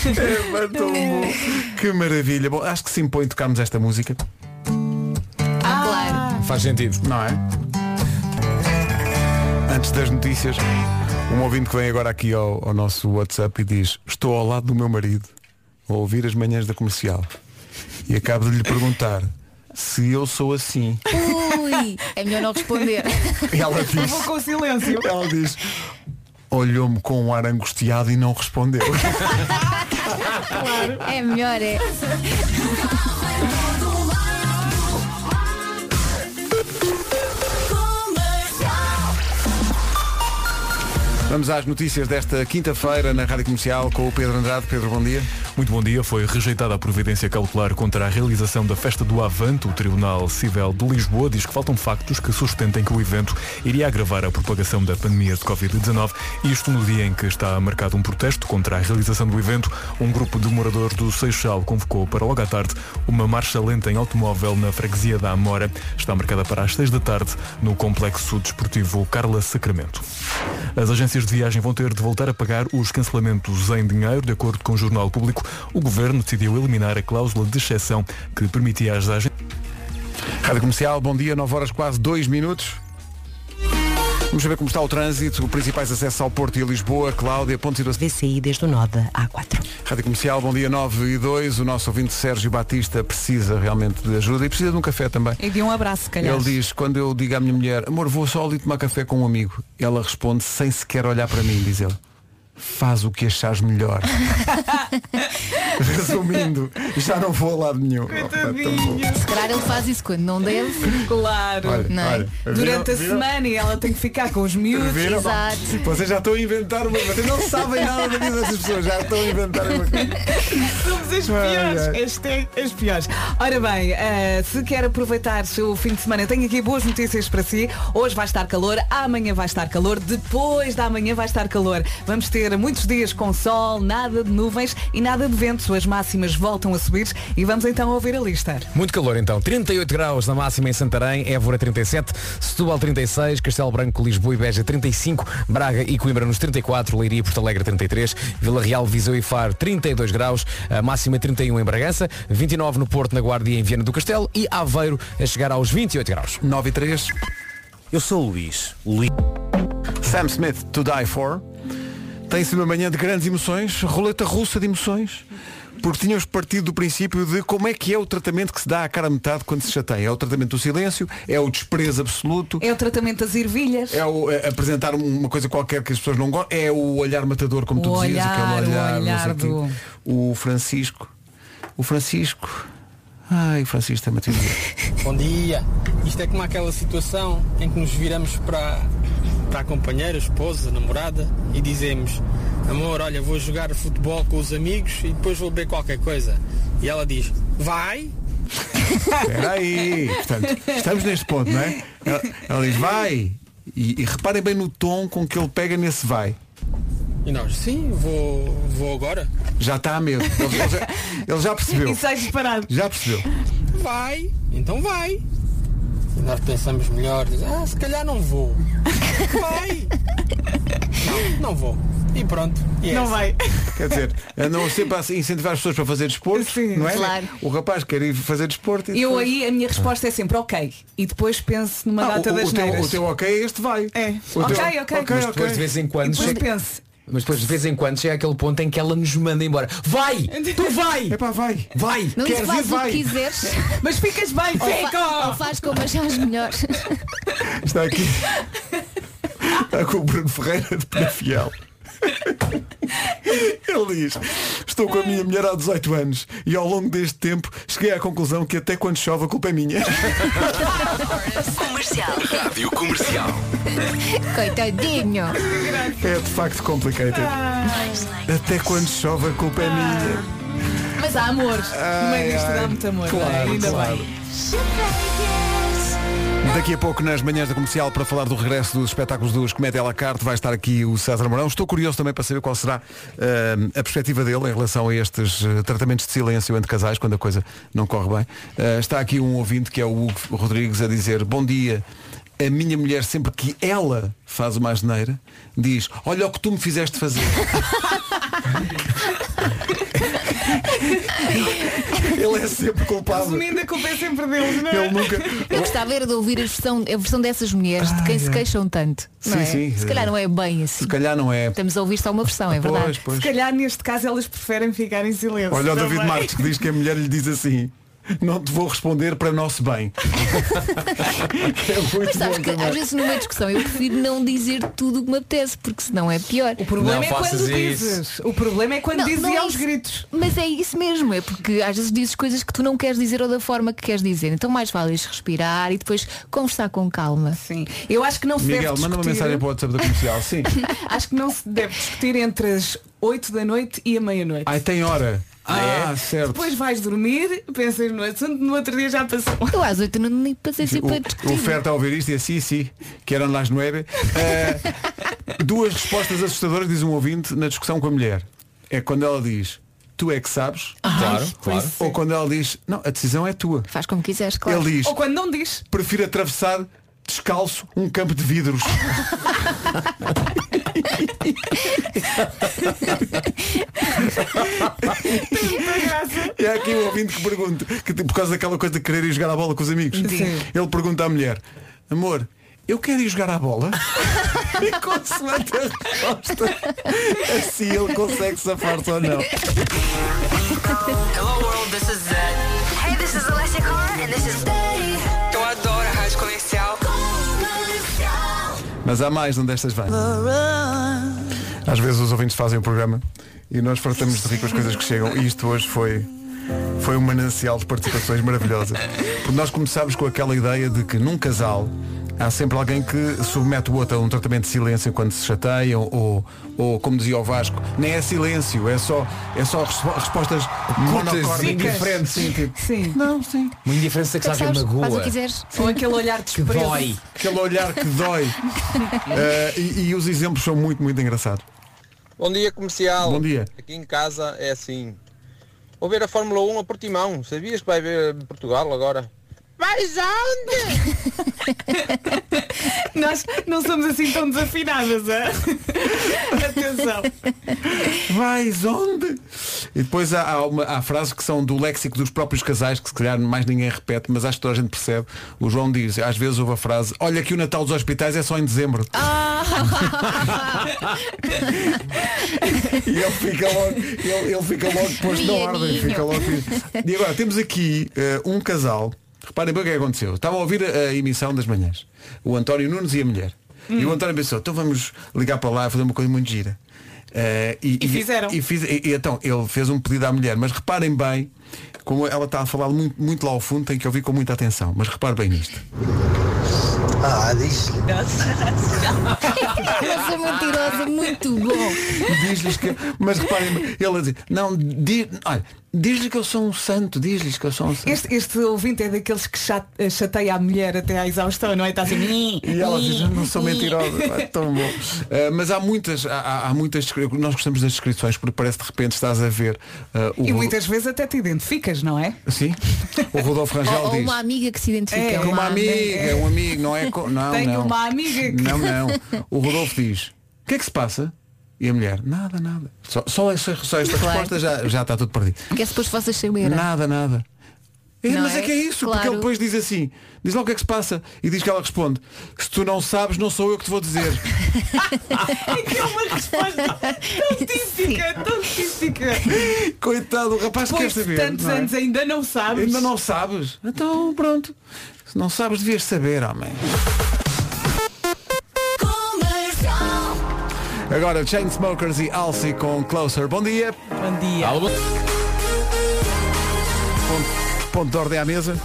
Speaker 1: É, mas tão bom. *laughs* Que maravilha. Bom, acho que se impõe tocarmos esta música.
Speaker 4: Ah,
Speaker 1: Faz sentido. Não é? Antes das notícias, um ouvinte que vem agora aqui ao, ao nosso WhatsApp e diz Estou ao lado do meu marido a ouvir as manhãs da comercial e acabo de lhe perguntar se eu sou assim.
Speaker 4: claro. Ui, é melhor não responder.
Speaker 1: E ela diz
Speaker 4: Vou
Speaker 3: com silêncio.
Speaker 1: Ela diz Olhou-me com um ar angustiado e não respondeu.
Speaker 4: É melhor, é.
Speaker 1: *laughs* Vamos às notícias desta quinta-feira na Rádio Comercial com o Pedro Andrade. Pedro, bom dia.
Speaker 8: Muito bom dia. Foi rejeitada a providência cautelar contra a realização da festa do Avante. O Tribunal Civil de Lisboa diz que faltam factos que sustentem que o evento iria agravar a propagação da pandemia de Covid-19. Isto no dia em que está marcado um protesto contra a realização do evento. Um grupo de moradores do Seixal convocou para logo à tarde uma marcha lenta em automóvel na freguesia da Amora. Está marcada para às seis da tarde no Complexo Desportivo Carla Sacramento. As agências de viagem vão ter de voltar a pagar os cancelamentos em dinheiro. De acordo com o Jornal Público, o Governo decidiu eliminar a cláusula de exceção que permitia às agências.
Speaker 1: Rádio Comercial, bom dia, 9 horas quase 2 minutos. Vamos saber como está o trânsito, principais acessos ao Porto e a Lisboa, Cláudia, ponto de situação.
Speaker 2: VCI desde o Noda A4.
Speaker 1: Rádio Comercial, bom dia 9 e 2. O nosso ouvinte Sérgio Batista precisa realmente de ajuda e precisa de um café também.
Speaker 3: E de um abraço, se calhar.
Speaker 1: Ele diz, quando eu digo à minha mulher, amor, vou só ali tomar café com um amigo, ela responde sem sequer olhar para mim, diz ele. Faz o que achares
Speaker 2: *laughs*
Speaker 1: melhor. Resumindo, já não vou a lado nenhum.
Speaker 4: Se calhar ele faz isso quando não deve.
Speaker 3: Claro.
Speaker 1: Olha,
Speaker 4: Não é?
Speaker 1: olha, viram-
Speaker 3: Durante a
Speaker 1: viram?
Speaker 3: semana e ela tem que ficar com os miúdos.
Speaker 1: Viram? Vocês já estão a inventar uma Vocês não sabem nada da vida dessas pessoas, já estão a inventar uma coisa.
Speaker 3: Somos as piores.
Speaker 1: Ai, ai.
Speaker 3: Hashtag as piores. Ora bem, eh, se quer aproveitar o fim de semana, tenho aqui boas notícias para si. Hoje vai estar calor, amanhã vai estar calor, depois da manhã vai estar calor. Vamos ter muitos dias com sol, nada de nuvens e nada de vento. As máximas voltam a subir e vamos então ouvir a lista.
Speaker 11: Muito calor então. 38 graus na máxima em Santarém, Évora 37, Setúbal 36, Castelo Branco, Lisboa e Beja 35, Braga e Coimbra nos 34, Leiria e Porto Alegre 33, Vila Real, Viseu e Faro 32 graus, a máxima 31 em Bragança, 29 no Porto, na Guarda e em Viana do Castelo e Aveiro a chegar aos 28 graus.
Speaker 1: 9 e 3.
Speaker 11: Eu sou o Luís. O Luís.
Speaker 1: Sam Smith, To Die For. Tem-se uma manhã de grandes emoções, roleta russa de emoções, porque tínhamos partido do princípio de como é que é o tratamento que se dá à cara a metade quando se chateia. É o tratamento do silêncio, é o desprezo absoluto,
Speaker 3: É o tratamento das ervilhas.
Speaker 1: é o é apresentar uma coisa qualquer que as pessoas não gostam, é o olhar matador, como
Speaker 3: O
Speaker 1: tu dizias,
Speaker 3: olhar,
Speaker 1: aquele
Speaker 3: o
Speaker 1: olhar, não sei
Speaker 3: olhar
Speaker 1: o quê.
Speaker 3: do-
Speaker 1: o Francisco. O Francisco. Ai, o Francisco tem uma teoria.
Speaker 3: *laughs*
Speaker 23: Bom dia. Isto é como aquela situação em que nos viramos para, para a companheira, esposa, namorada e dizemos Amor, olha, vou jogar futebol com os amigos e depois vou beber qualquer coisa. E ela diz, vai?
Speaker 1: Espera aí. Portanto, estamos neste ponto, não é? Ela, ela diz vai. E, e reparem bem no tom com que ele pega nesse vai.
Speaker 23: E nós, sim, vou, vou agora.
Speaker 1: Já está a medo. Ele, ele já, ele já percebeu.
Speaker 3: é
Speaker 23: sai disparado.
Speaker 1: Já percebeu.
Speaker 23: Vai, então vai. E nós pensamos *laughs* melhor, diz, ah, se calhar não vou. vai! Não, não vou. E pronto. e é
Speaker 5: Não
Speaker 23: assim.
Speaker 5: vai.
Speaker 1: Quer dizer, andam sempre a incentivar as pessoas para fazer desporto, não é?
Speaker 3: Claro.
Speaker 1: O rapaz quer ir fazer desporto e
Speaker 3: Eu
Speaker 1: depois-
Speaker 3: aí, a minha resposta é sempre ok. E depois penso numa
Speaker 1: Ah,
Speaker 3: data
Speaker 1: o- o
Speaker 3: das
Speaker 1: teu-
Speaker 3: neiras.
Speaker 1: o teu ok é este vai.
Speaker 3: É.
Speaker 11: O
Speaker 3: ok,
Speaker 11: teu-
Speaker 3: ok.
Speaker 11: Mas depois de vez em quando
Speaker 3: E depois
Speaker 11: chega-
Speaker 3: penso.
Speaker 11: Mas depois de vez em quando chega aquele ponto em que ela nos manda embora. Vai! Tu vai!
Speaker 1: Epá, vai!
Speaker 11: Vai!
Speaker 4: Não
Speaker 11: Queres ir,
Speaker 4: faz o
Speaker 11: vai!
Speaker 4: que quiseres.
Speaker 3: Mas ficas bem,
Speaker 4: ou,
Speaker 3: fica!
Speaker 4: fa ou faz como achas melhor.
Speaker 1: Está aqui. Está com o Bruno Ferreira de Penafiel. *laughs* Ele diz, estou com a minha mulher há 18 anos e ao longo deste tempo cheguei à conclusão que até quando chove a culpa é minha. *laughs*
Speaker 6: Comercial.
Speaker 1: Rádio comercial.
Speaker 4: Coitadinho.
Speaker 1: É de facto complicated. Até quando chove a culpa é minha.
Speaker 3: Mas há amor. no meio disto dá muito amor. não é?
Speaker 1: Claro,
Speaker 3: Ainda
Speaker 1: claro.
Speaker 3: bem.
Speaker 1: Daqui a pouco nas manhãs da comercial para falar do regresso dos espetáculos dos Comédia à la carte vai estar aqui o César Mourão. Estou curioso também para saber qual será ah, a perspectiva dele em relação a estes ah, tratamentos de silêncio entre casais quando a coisa não corre bem. Ah, está aqui um ouvinte que é o Hugo Rodrigues a dizer bom dia. A minha mulher sempre que ela faz uma asneira diz olha o que tu me fizeste fazer. Ele é sempre culpado.
Speaker 3: Resumindo, a culpa é sempre deles, não é?
Speaker 1: Ele
Speaker 3: *laughs*
Speaker 1: nunca.
Speaker 4: Eu gostava era de ouvir a versão, a versão dessas mulheres, de quem
Speaker 1: Ai,
Speaker 4: se
Speaker 1: ai.
Speaker 4: queixam tanto. não
Speaker 1: Ah, é. Sim,
Speaker 4: é?
Speaker 1: sim.
Speaker 4: Se calhar não é bem assim.
Speaker 1: Se calhar não é.
Speaker 4: Estamos a ouvir só uma versão, é verdade.
Speaker 1: Pois, pois.
Speaker 3: Se calhar neste caso elas preferem ficar em silêncio.
Speaker 1: Olha o
Speaker 3: também.
Speaker 1: David Marques que diz que a mulher lhe diz assim. Não te vou responder para nosso bem. é muito
Speaker 4: Mas sabes
Speaker 1: bom
Speaker 4: que
Speaker 3: assim.
Speaker 1: também.
Speaker 4: às vezes numa discussão eu prefiro não dizer tudo o que me apetece, porque senão é pior. O
Speaker 3: problema Não é quando faças dizes. O problema é quando dizes e aos
Speaker 4: gritos. Mas é isso mesmo, é porque às vezes dizes coisas que tu não queres dizer ou da forma que queres dizer. Então mais vale ires respirar e depois conversar com calma.
Speaker 3: Sim. Eu acho que não se
Speaker 1: Miguel,
Speaker 3: deve
Speaker 1: manda uma
Speaker 3: discutir.
Speaker 1: mensagem para o WhatsApp da comercial. Sim.
Speaker 3: *laughs* Acho que não se deve discutir entre as 8 da noite e a meia-noite.
Speaker 1: Ai, tem hora. Ah, certo.
Speaker 3: Depois vais dormir, pensas no assunto, no outro dia já passou.
Speaker 4: Eu às 8 não nem passei sempre
Speaker 1: O, o Fer está a ouvir isto e assim, sim, que eram nas nueve. Eh, *laughs* duas respostas assustadoras, diz um ouvinte, na discussão com a mulher. É quando ela diz, tu é que sabes.
Speaker 4: Claro, Ah, pois claro. sim.
Speaker 1: Ou quando ela diz, não, a decisão é tua.
Speaker 4: Faz como quiseres, claro.
Speaker 1: Ele diz,
Speaker 4: Ou
Speaker 3: quando não diz.
Speaker 1: prefiro atravessar descalço um campo de
Speaker 4: *laughs*
Speaker 1: vidros. E há aqui um ouvinte que pergunta, que, tipo, por causa daquela coisa de querer ir jogar à bola com os amigos,
Speaker 6: Sim.
Speaker 1: ele pergunta à mulher, amor, eu quero ir jogar à bola? *laughs*
Speaker 6: E consoante a resposta.
Speaker 1: Assim ele consegue safar-se ou não.
Speaker 6: Hello world, this is Zed. Hey, this is Alessia Carr and this is Betty. Eu adoro a rádio comercial.
Speaker 1: Mas há mais onde estas vêm. Às vezes os ouvintes fazem o programa e nós fartamos de rir com as coisas que chegam. E isto hoje foi, foi um manancial de participações maravilhosa. Porque nós começámos com aquela ideia de que num casal há sempre alguém que submete o outro a um tratamento de silêncio quando se chateiam ou, ou como dizia o Vasco, nem é silêncio, é só, é só respo- respostas
Speaker 11: Curtas,
Speaker 1: monocórdicas.
Speaker 11: indiferentes.
Speaker 1: Sim, tipo,
Speaker 3: Sim. Não, sim.
Speaker 11: Uma indiferença que sabe a magoa.
Speaker 3: Com aquele olhar de
Speaker 11: Que dói.
Speaker 1: Aquele olhar que
Speaker 11: *laughs*
Speaker 1: dói. Eh, e, e os exemplos são muito, muito engraçados.
Speaker 9: Bom dia, comercial.
Speaker 1: Bom dia.
Speaker 9: Aqui em casa é assim. Vou ver a Fórmula 1 a Portimão. Sabias que vai ver Portugal agora?
Speaker 3: Vais onde? *laughs* Nós não somos assim tão desafinadas, é? Atenção.
Speaker 1: Vais onde? E depois há, há, uma- há frases que são do léxico dos próprios casais, que se calhar mais ninguém repete, mas acho que toda a gente percebe. O João diz, às vezes ouve a frase, olha que o Natal dos hospitais é só em dezembro.
Speaker 3: *laughs*
Speaker 1: E ele fica logo, ele, ele fica logo posto na ordem.
Speaker 6: Mianinho.
Speaker 1: Fica logo... E agora temos aqui eh, um casal. Reparem bem o que é que aconteceu. Estava a ouvir a, a emissão das manhãs. O António Nunes e a mulher. E
Speaker 3: Hum.
Speaker 1: o António pensou, então vamos ligar para lá e fazer uma coisa muito gira. Eh,
Speaker 3: E fizeram.
Speaker 1: E, fiz- e- e então, ele fez um pedido à mulher, mas reparem bem, como ela está a falar muito, muito lá ao fundo, tem que ouvir com muita atenção. Mas repare bem nisto.
Speaker 6: *laughs* Ah, diz.
Speaker 4: Essa mentirosa, muito bom.
Speaker 1: Diz-lhes que. Mas reparem, ele a dizer, não, di, olha, diz-lhe que eu sou um santo, diz-lhes que eu sou um santo.
Speaker 3: Este, este ouvinte é daqueles que chate- chateia a mulher até à exaustão, não é? Está assim. "Ih,
Speaker 1: E ela
Speaker 3: ih,
Speaker 1: diz, não sou
Speaker 3: ih."
Speaker 1: mentirosa. Pá, é tão bom. Uh, mas há muitas, há- há, há muitas, descri- nós gostamos das descrições porque parece que de repente estás a ver uh, o,
Speaker 3: E
Speaker 1: Ro-
Speaker 3: muitas vezes até te identificas, não é?
Speaker 1: Sim? o Rodolfo Rangel
Speaker 4: Ou, ou
Speaker 1: diz.
Speaker 4: Oh, uma amiga que se
Speaker 1: É,
Speaker 4: identifica.
Speaker 1: com uma amiga,
Speaker 4: É.
Speaker 1: um amigo, não é co- não,
Speaker 4: Tenho
Speaker 1: não.
Speaker 3: *laughs*
Speaker 4: uma amiga que-
Speaker 1: Não, não. O Rodolfo diz, o que é que se passa? E a mulher, nada, nada. Só, só, essa- só esta
Speaker 4: Claro.
Speaker 1: resposta já, já está tudo perdido.
Speaker 4: Porque é suposto vocês saberem.
Speaker 1: Nada, nada. É,
Speaker 4: Não
Speaker 1: mas é? que é isso, porque ele depois diz assim, diz lá o que é que se passa e diz que ela responde, se tu não sabes não sou eu que te vou dizer.
Speaker 6: *laughs* é uma resposta tão típica, tão típica.
Speaker 1: Coitado, o rapaz
Speaker 6: Depois
Speaker 1: quer
Speaker 6: de
Speaker 1: saber.
Speaker 6: tantos anos
Speaker 1: ainda não sabes. Ainda não sabes. Então pronto. Se não sabes devias saber, homem. Agora Chainsmokers e Alcy com Closer. Bom dia. Bom dia. Ponto, ponto de ordem à mesa.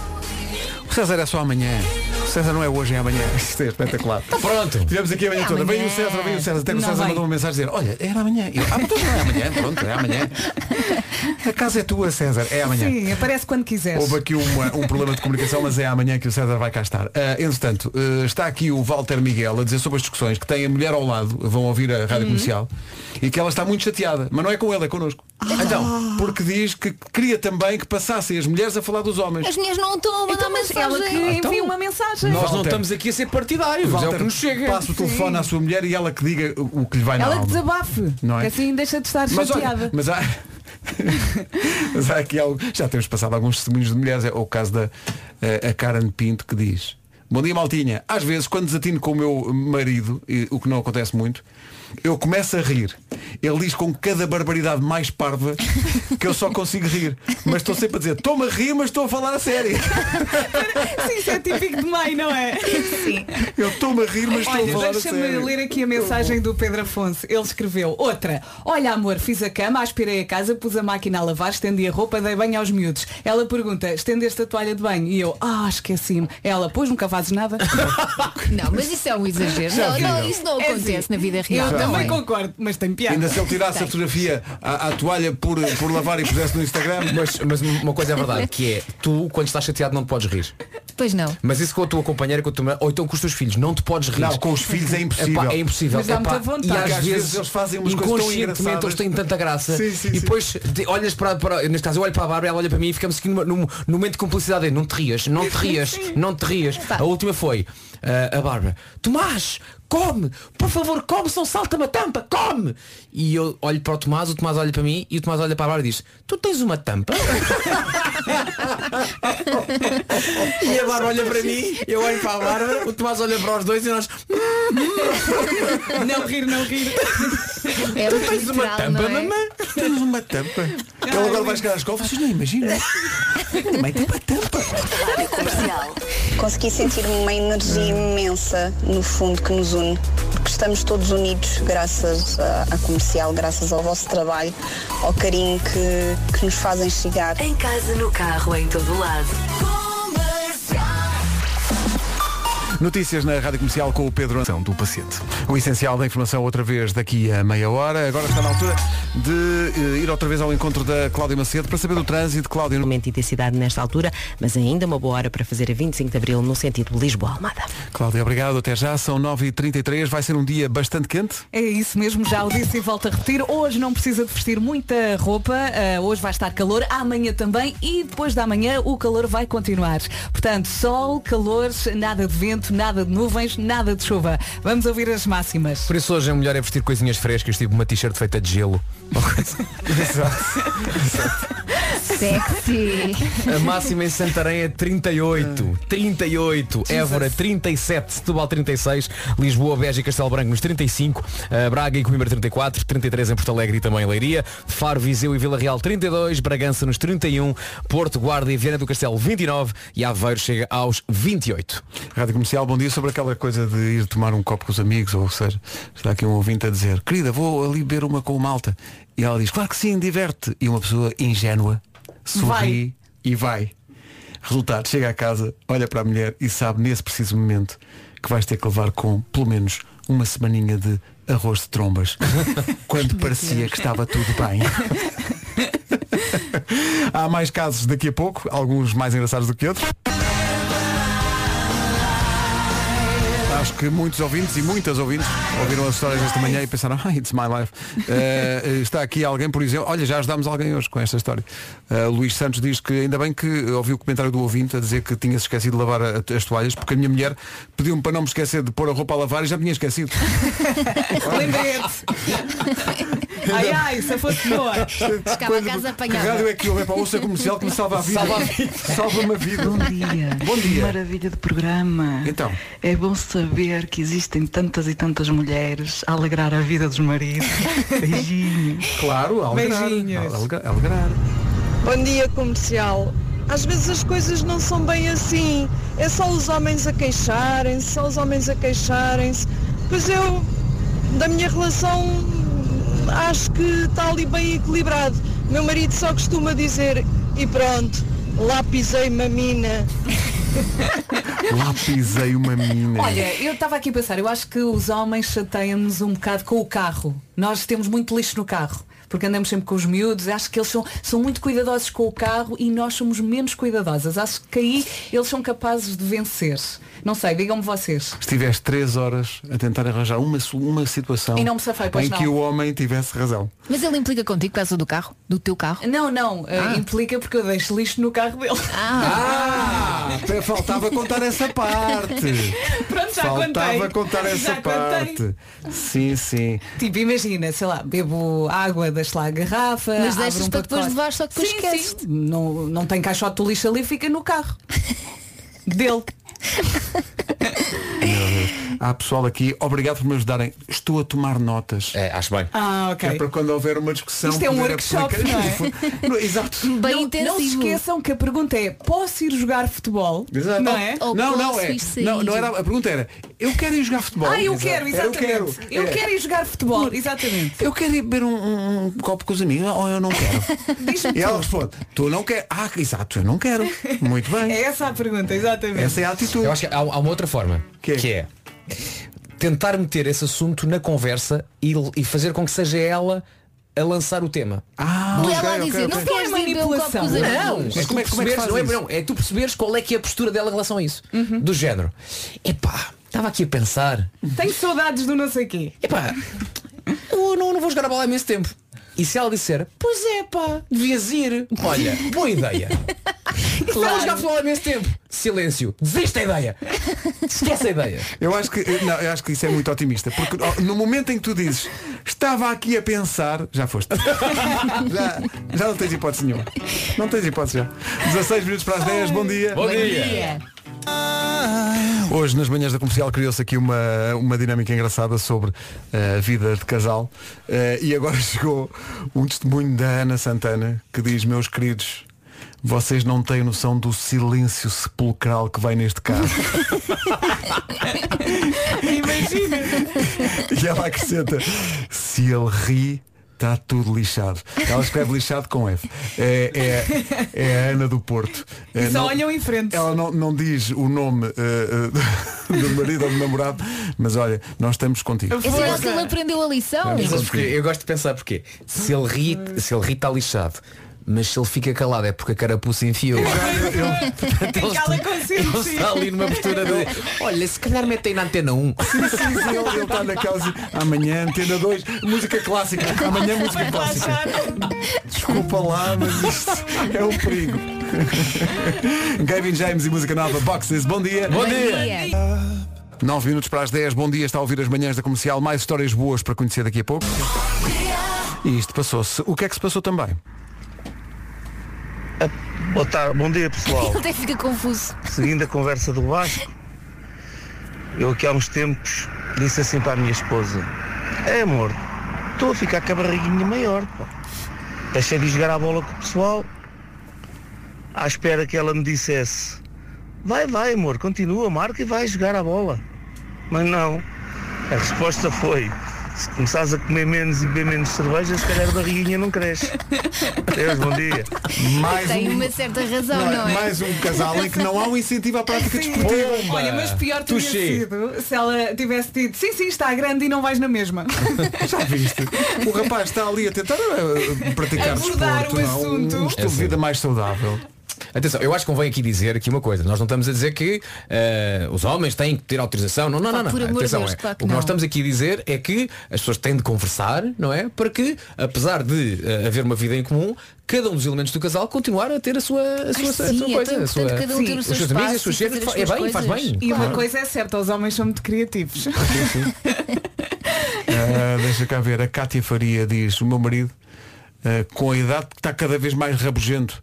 Speaker 1: O César é só amanhã. O César não é hoje, é amanhã. *laughs* Isto é espetacular. Está
Speaker 11: pronto.
Speaker 1: Tivemos aqui a manhã
Speaker 11: É
Speaker 1: toda. Veio o
Speaker 11: amanhã.
Speaker 1: César, veio o César. Até que o
Speaker 11: Não
Speaker 1: César
Speaker 11: vai.
Speaker 1: mandou uma mensagem a dizer, olha, era amanhã. Eu, ah, então não é amanhã, pronto, é
Speaker 11: *laughs*
Speaker 1: amanhã. A casa é tua, César, é amanhã.
Speaker 3: Sim, aparece quando quiseres.
Speaker 1: Houve aqui uma- um problema de comunicação, mas é amanhã que o César vai cá estar. Ah, entretanto, ah, está aqui o Walter Miguel a dizer sobre as discussões que tem a mulher ao lado, vão ouvir a rádio
Speaker 11: Uhum.
Speaker 1: comercial, e que ela está muito chateada, mas não é com ela, é connosco.
Speaker 3: Ah.
Speaker 1: Então, porque diz que queria também que passassem as mulheres a falar dos homens.
Speaker 4: As mulheres não estão a mandar
Speaker 3: Então, mas
Speaker 4: mensagem.
Speaker 3: ela que
Speaker 1: Ah, então,
Speaker 3: envia uma mensagem.
Speaker 1: Nós não estamos
Speaker 11: aqui a ser partidários,
Speaker 1: Walter,
Speaker 11: é o que nos chega.
Speaker 1: Passa o telefone à sua mulher e ela que diga o o que lhe vai na
Speaker 3: Ela que
Speaker 1: alma.
Speaker 3: desabafe.
Speaker 1: Não é?
Speaker 3: Que assim deixa de estar
Speaker 1: Mas, olha,
Speaker 3: chateada.
Speaker 1: mas há. *laughs* mas há aqui algo. Já temos passado alguns testemunhos de mulheres. É o caso da eh, a Karen Pinto que diz. Bom dia, Maltinha. Às vezes, quando desatino com o meu marido, e o que não acontece muito, eu começo a rir. Ele diz com cada barbaridade mais parva que eu só consigo rir. Mas estou sempre a dizer, toma a rir, mas estou a falar a sério.
Speaker 3: *laughs* Sim, isso é típico de mãe, não é? Sim.
Speaker 1: Eu estou-me a rir, mas estou a
Speaker 3: Olha,
Speaker 1: falar a
Speaker 3: deixa-me
Speaker 1: sério.
Speaker 3: ler aqui a mensagem do Pedro Afonso. Ele escreveu outra. Olha, amor, fiz a cama, aspirei a casa, pus a máquina a lavar, estendi a roupa, dei banho aos miúdos. Ela pergunta, estendeste a toalha de banho? E eu, ah, esqueci-me. Ela, pois nunca fazes nada.
Speaker 4: *laughs* Não, mas isso é um exagero.
Speaker 1: Já
Speaker 4: Não, não,
Speaker 1: viram.
Speaker 4: isso não
Speaker 3: É
Speaker 4: acontece
Speaker 3: assim,
Speaker 4: na vida real. é
Speaker 3: Eu
Speaker 1: Já.
Speaker 3: também
Speaker 1: Bem.
Speaker 3: concordo, mas tem piada.
Speaker 1: Ainda se ele tirasse a
Speaker 3: Tem.
Speaker 1: fotografia à, à toalha por, por lavar e pusesse no Instagram.
Speaker 11: Mas, mas uma coisa é verdade, que é, tu quando estás chateado não te podes rir.
Speaker 4: Pois não.
Speaker 11: Mas isso com a tua companheira, com a tua mulher, ou então com os teus filhos, não te podes rir.
Speaker 1: Não, com os filhos é impossível.
Speaker 11: Epá, é impossível.
Speaker 1: Mas dá
Speaker 11: Epá,
Speaker 1: muita vontade.
Speaker 11: E
Speaker 1: Porque
Speaker 11: às, vezes
Speaker 1: eles fazem umas coisas tão
Speaker 11: inconscientemente
Speaker 1: engraçadas.
Speaker 11: eles têm tanta graça.
Speaker 1: Sim, sim,
Speaker 11: e
Speaker 1: sim.
Speaker 11: depois te- olhas para, para- neste caso eu olho para a Bárbara, ela olha para mim e ficamos aqui numa- num, num momento de cumplicidade. Não te rias, não te rias, não te rias.
Speaker 1: Tá.
Speaker 11: A última foi ah, a Bárbara, Tomás, come, por favor, come, senão salta-me a tampa, come! E eu olho para o Tomás, o Tomás olha para mim e o Tomás olha para a Bárbara e diz, tu tens uma tampa? *laughs* E a Bárbara olha para mim, eu olho para a Bárbara, o Tomás olha para os dois e nós. "Hum,
Speaker 3: Não rir, não rir.
Speaker 4: É
Speaker 11: tu tens uma tampa,
Speaker 6: é?
Speaker 11: mamã?
Speaker 1: Tu tens uma tampa. Ele agora vai chegar à escola, vocês não imaginam. Mãe, tem uma tampa.
Speaker 5: Consegui sentir uma energia imensa no fundo que nos une, porque estamos todos unidos graças à, à comercial, graças ao vosso trabalho, ao carinho que, que nos fazem chegar. Em casa, no carro, em todo lado.
Speaker 1: Notícias na Rádio Comercial com o Pedro Antão do paciente. O essencial da informação outra vez daqui a meia hora. Agora está na altura de eh, ir outra vez ao encontro da Cláudia Macedo para saber do trânsito. Cláudia,
Speaker 2: Aumento de intensidade nesta altura, mas ainda uma boa hora para fazer a 25 de Abril no sentido Lisboa-Almada.
Speaker 1: Cláudia, obrigado. Até já. São 9h33. Vai ser um dia bastante quente.
Speaker 3: É isso mesmo, já o disse e volto a repetir. Hoje não precisa de vestir muita roupa, ah, hoje vai estar calor, amanhã também e depois da manhã o calor vai continuar. Portanto, sol, calor, nada de vento, nada de nuvens, nada de chuva. Vamos ouvir as máximas.
Speaker 11: Por isso hoje é melhor é vestir coisinhas frescas, tipo uma t-shirt feita de *laughs* gelo.
Speaker 4: Sexy.
Speaker 11: A máxima em Santarém é 38,
Speaker 3: É.
Speaker 11: 38, Évora 37, Setúbal 36, Lisboa, Beja e Castelo Branco nos 35, eh, Braga e Coimbra 34, 33 em Porto Alegre e também em Leiria, Faro, Viseu e Vila Real 32, Bragança nos 31, Porto, Guarda e Viana do Castelo 29 e Aveiro chega aos 28.
Speaker 1: Rádio Comercial,
Speaker 11: *laughs*
Speaker 1: bom dia. Sobre aquela coisa de ir tomar um copo com os amigos, ou seja, está aqui um ouvinte a dizer, querida, vou ali beber uma com o malta. E ela diz, claro que sim, diverte. E uma pessoa ingênua sorri
Speaker 6: Vai.
Speaker 1: e vai. Resultado, chega à casa, olha para a mulher e sabe nesse preciso momento que vais ter que levar com, pelo menos, uma semaninha de arroz de trombas. quando parecia que estava tudo bem. Há mais casos daqui a pouco, alguns mais engraçados do que outros. Há Acho que muitos ouvintes e muitas ouvintes ouviram as histórias esta manhã e pensaram, ah, it's my
Speaker 3: *laughs*
Speaker 1: life. Eh, está aqui alguém, por exemplo, olha, já ajudámos alguém hoje com esta história. Eh, Luís Santos diz que ainda bem que ouviu o comentário do ouvinte a dizer que tinha-se esquecido de lavar a- as toalhas, porque a minha mulher pediu-me para não me esquecer de pôr a roupa a lavar e já tinha esquecido.
Speaker 3: Lembrete. Ai ai, se fosse boa.
Speaker 6: Chegava a casa
Speaker 1: Que
Speaker 6: apanhava.
Speaker 1: rádio é que houve para a ouça comercial que me salva a vida?
Speaker 6: Salva a
Speaker 1: Salva-me a vida.
Speaker 7: Bom dia.
Speaker 1: Bom dia.
Speaker 7: Que Maravilha de programa.
Speaker 1: Então.
Speaker 7: É bom saber que existem tantas e tantas mulheres a alegrar a vida dos maridos. Beijinho.
Speaker 1: Claro, um alegrar.
Speaker 7: Beijinhos.
Speaker 1: Alega- alegrar.
Speaker 10: Bom dia, comercial. Às vezes as coisas não são bem assim. É só os homens a queixarem-se, só os homens a queixarem-se. Pois eu, da minha relação, acho que está ali bem equilibrado. Meu marido só costuma dizer, e pronto, lá pisei mamina.
Speaker 1: Lá pisei uma menina.
Speaker 3: Olha, eu estava aqui a pensar, eu acho que os homens chateiam-nos um bocado com o carro. Nós temos muito lixo no carro, porque andamos sempre com os miúdos, acho que eles são, são muito cuidadosos com o carro e nós somos menos cuidadosas. Acho que aí eles são capazes de vencer. Não sei, digam-me vocês.
Speaker 1: Estiveste três horas a tentar arranjar uma, su- uma situação
Speaker 3: E não me safei, pois
Speaker 1: em
Speaker 3: não.
Speaker 1: que o homem tivesse razão.
Speaker 4: Mas ele implica contigo por causa do carro? Do teu carro? Ah.
Speaker 3: Não, não, eh, implica porque eu deixo lixo no carro dele.
Speaker 1: Ah, até faltava contar essa parte.
Speaker 3: *laughs* Pronto, já
Speaker 1: faltava
Speaker 3: contei.
Speaker 1: contar essa
Speaker 3: Já
Speaker 1: parte.
Speaker 3: contei.
Speaker 1: Sim, sim.
Speaker 3: *laughs* Tipo, imagina, sei lá, bebo água, deixo lá a garrafa.
Speaker 4: Mas
Speaker 3: abro
Speaker 4: deixas
Speaker 3: um
Speaker 4: para depois
Speaker 3: pacote.
Speaker 4: levar, só que depois
Speaker 3: Sim,
Speaker 4: esqueces.
Speaker 3: sim. Não, não tem caixote do lixo ali, fica
Speaker 4: *laughs*
Speaker 3: no carro. Dele.
Speaker 1: Há pessoal aqui, obrigado por me ajudarem. Estou a tomar notas.
Speaker 11: É, acho bem.
Speaker 3: Ah,
Speaker 1: Que é para quando houver uma discussão.
Speaker 3: Isto é um
Speaker 1: poder
Speaker 3: workshop,
Speaker 1: aplicar.
Speaker 3: *laughs* não é?
Speaker 1: Não, Exato.
Speaker 3: não, Não se esqueçam que a pergunta é, posso ir jogar futebol?
Speaker 1: Exato.
Speaker 3: Não é?
Speaker 1: não, não é. Não, não era, a pergunta era, eu quero ir jogar futebol.
Speaker 3: Ah, eu
Speaker 1: Exato.
Speaker 3: quero,
Speaker 1: Era,
Speaker 3: exatamente.
Speaker 1: Eu quero, É.
Speaker 3: ir jogar futebol, exatamente.
Speaker 1: Eu quero ir beber um, um- um copo com os amigos ou eu não quero.
Speaker 3: *laughs* Diz-me
Speaker 1: E ela
Speaker 3: tu.
Speaker 1: responde, tu não queres. Ah, exato, eu não quero. Muito bem.
Speaker 3: É essa a pergunta, exatamente.
Speaker 1: Essa é a atitude.
Speaker 11: Eu acho que há, há uma outra forma, que é tentar meter esse assunto na conversa e, e fazer com que seja ela a lançar o tema.
Speaker 1: Ah,
Speaker 3: é
Speaker 6: Ou ela a dizer, não queres ir beber um copo com os
Speaker 11: Não,
Speaker 6: amigos?
Speaker 11: mas como é que perceberes, não é, não, é tu perceberes qual é que é a postura dela em relação a isso. Do género. Epá, estava aqui a pensar.
Speaker 3: Tenho saudades do não sei quê.
Speaker 11: Epá, eu não, não vou jogar a bola há imenso tempo. E se ela disser, pois é pá, devias ir. Olha, boa
Speaker 3: *laughs*
Speaker 11: ideia. Claro. jogar futebol há imenso tempo. Silêncio. Desiste a ideia. Esquece a ideia.
Speaker 1: Eu acho que não, eu acho que isso é muito otimista, porque ó, no momento em que tu dizes estava aqui a pensar, já foste. já, já não tens hipótese nenhuma. Não tens hipótese já. 16 minutos para as 10, bom dia. Ah.
Speaker 3: *laughs*
Speaker 1: Hoje nas manhãs da comercial criou-se aqui uma, uma dinâmica engraçada sobre a vida de casal Eh, e agora *laughs* chegou um testemunho da Ana Santana que diz, meus queridos, vocês não têm noção do silêncio sepulcral que vai neste carro.
Speaker 6: Imagina.
Speaker 1: *laughs* E ela acrescenta, se ele ri, está tudo lixado. Ela escreve lixado com F. É, é, é a Ana do Porto. É,
Speaker 3: E só olham em frente.
Speaker 1: Ela não, não diz o nome eh, eh, *laughs* do marido ou do namorado, mas olha, nós estamos contigo.
Speaker 4: É sinal que ele aprendeu a lição.
Speaker 11: Ah, Mas sabes porquê? eu gosto de pensar porque se ele ri, se ele ri está lixado. Mas se ele fica calado é porque a carapuça enfiou.
Speaker 6: *laughs* Tem que ela
Speaker 11: Ele está ali numa postura de Olha, se calhar metem na antena 1
Speaker 1: Sim, sim, sim, um." ele ele está naquela assim, Amanhã antena 2, música clássica Amanhã música clássica Desculpa lá, mas *laughs* isto é um perigo Gavin James e música nova Boxes, bom dia
Speaker 6: Bom dia.
Speaker 1: 9 minutos para as 10, bom dia, está a ouvir as manhãs da comercial, mais histórias boas para conhecer daqui a pouco. E isto passou-se. O que é que se passou também?
Speaker 24: Boa tarde, bom dia pessoal.
Speaker 4: Ele até fica confuso.
Speaker 24: Seguindo a conversa do Vasco, eu aqui há uns tempos disse assim para a minha esposa, é amor, estou a ficar com a barriguinha maior, pá. Deixei de jogar a bola com o pessoal, à espera que ela me dissesse, vai, vai amor, continua, marca e vai jogar a bola. Mas não, a resposta foi, se começares a comer menos e beber menos cerveja, se calhar a barriguinha não cresce. Deus, bom dia.
Speaker 1: um
Speaker 4: Tem uma certa razão, não,
Speaker 1: Não,
Speaker 4: é?
Speaker 1: Mais um casal em que não há um incentivo à prática
Speaker 3: Sim.
Speaker 1: desportiva.
Speaker 3: Olha, mas pior teria
Speaker 1: Touché.
Speaker 3: sido se ela tivesse dito sim, sim, está grande e não vais na mesma.
Speaker 1: *laughs* Já viste? O rapaz está ali a tentar eh, praticar
Speaker 3: Abordar
Speaker 1: desporto,
Speaker 3: É o
Speaker 1: não? Um-
Speaker 11: é
Speaker 3: assunto.
Speaker 1: um estilo de vida mais saudável.
Speaker 11: Atenção, eu acho que convém aqui dizer aqui uma coisa. Nós não estamos a dizer que eh, os homens têm que ter autorização. Não, não,
Speaker 4: Pá,
Speaker 11: não. não.
Speaker 4: por amor de
Speaker 11: Atenção,
Speaker 4: Deus,
Speaker 11: é,
Speaker 4: claro que
Speaker 11: o que
Speaker 4: não.
Speaker 11: nós estamos aqui a dizer é que as pessoas têm de conversar, não é? Para que, apesar de eh, haver uma vida em comum, cada um dos elementos do casal continuar a ter a sua, a sua, a sua
Speaker 4: sim, é
Speaker 11: coisa.
Speaker 4: tão
Speaker 11: a sua,
Speaker 4: importante cada um ter o
Speaker 11: os
Speaker 4: seu
Speaker 11: seus amigos,
Speaker 4: espaço
Speaker 11: as suas
Speaker 4: e
Speaker 11: chefes,
Speaker 4: fazer as
Speaker 11: é
Speaker 4: suas
Speaker 11: bem, faz
Speaker 4: coisas.
Speaker 11: bem.
Speaker 3: E uma
Speaker 11: Claro.
Speaker 3: coisa é certa, os homens são muito criativos.
Speaker 1: Ah, deixa cá ver, a Cátia Faria diz, o meu marido, ah, com a idade que está cada vez mais rabugento.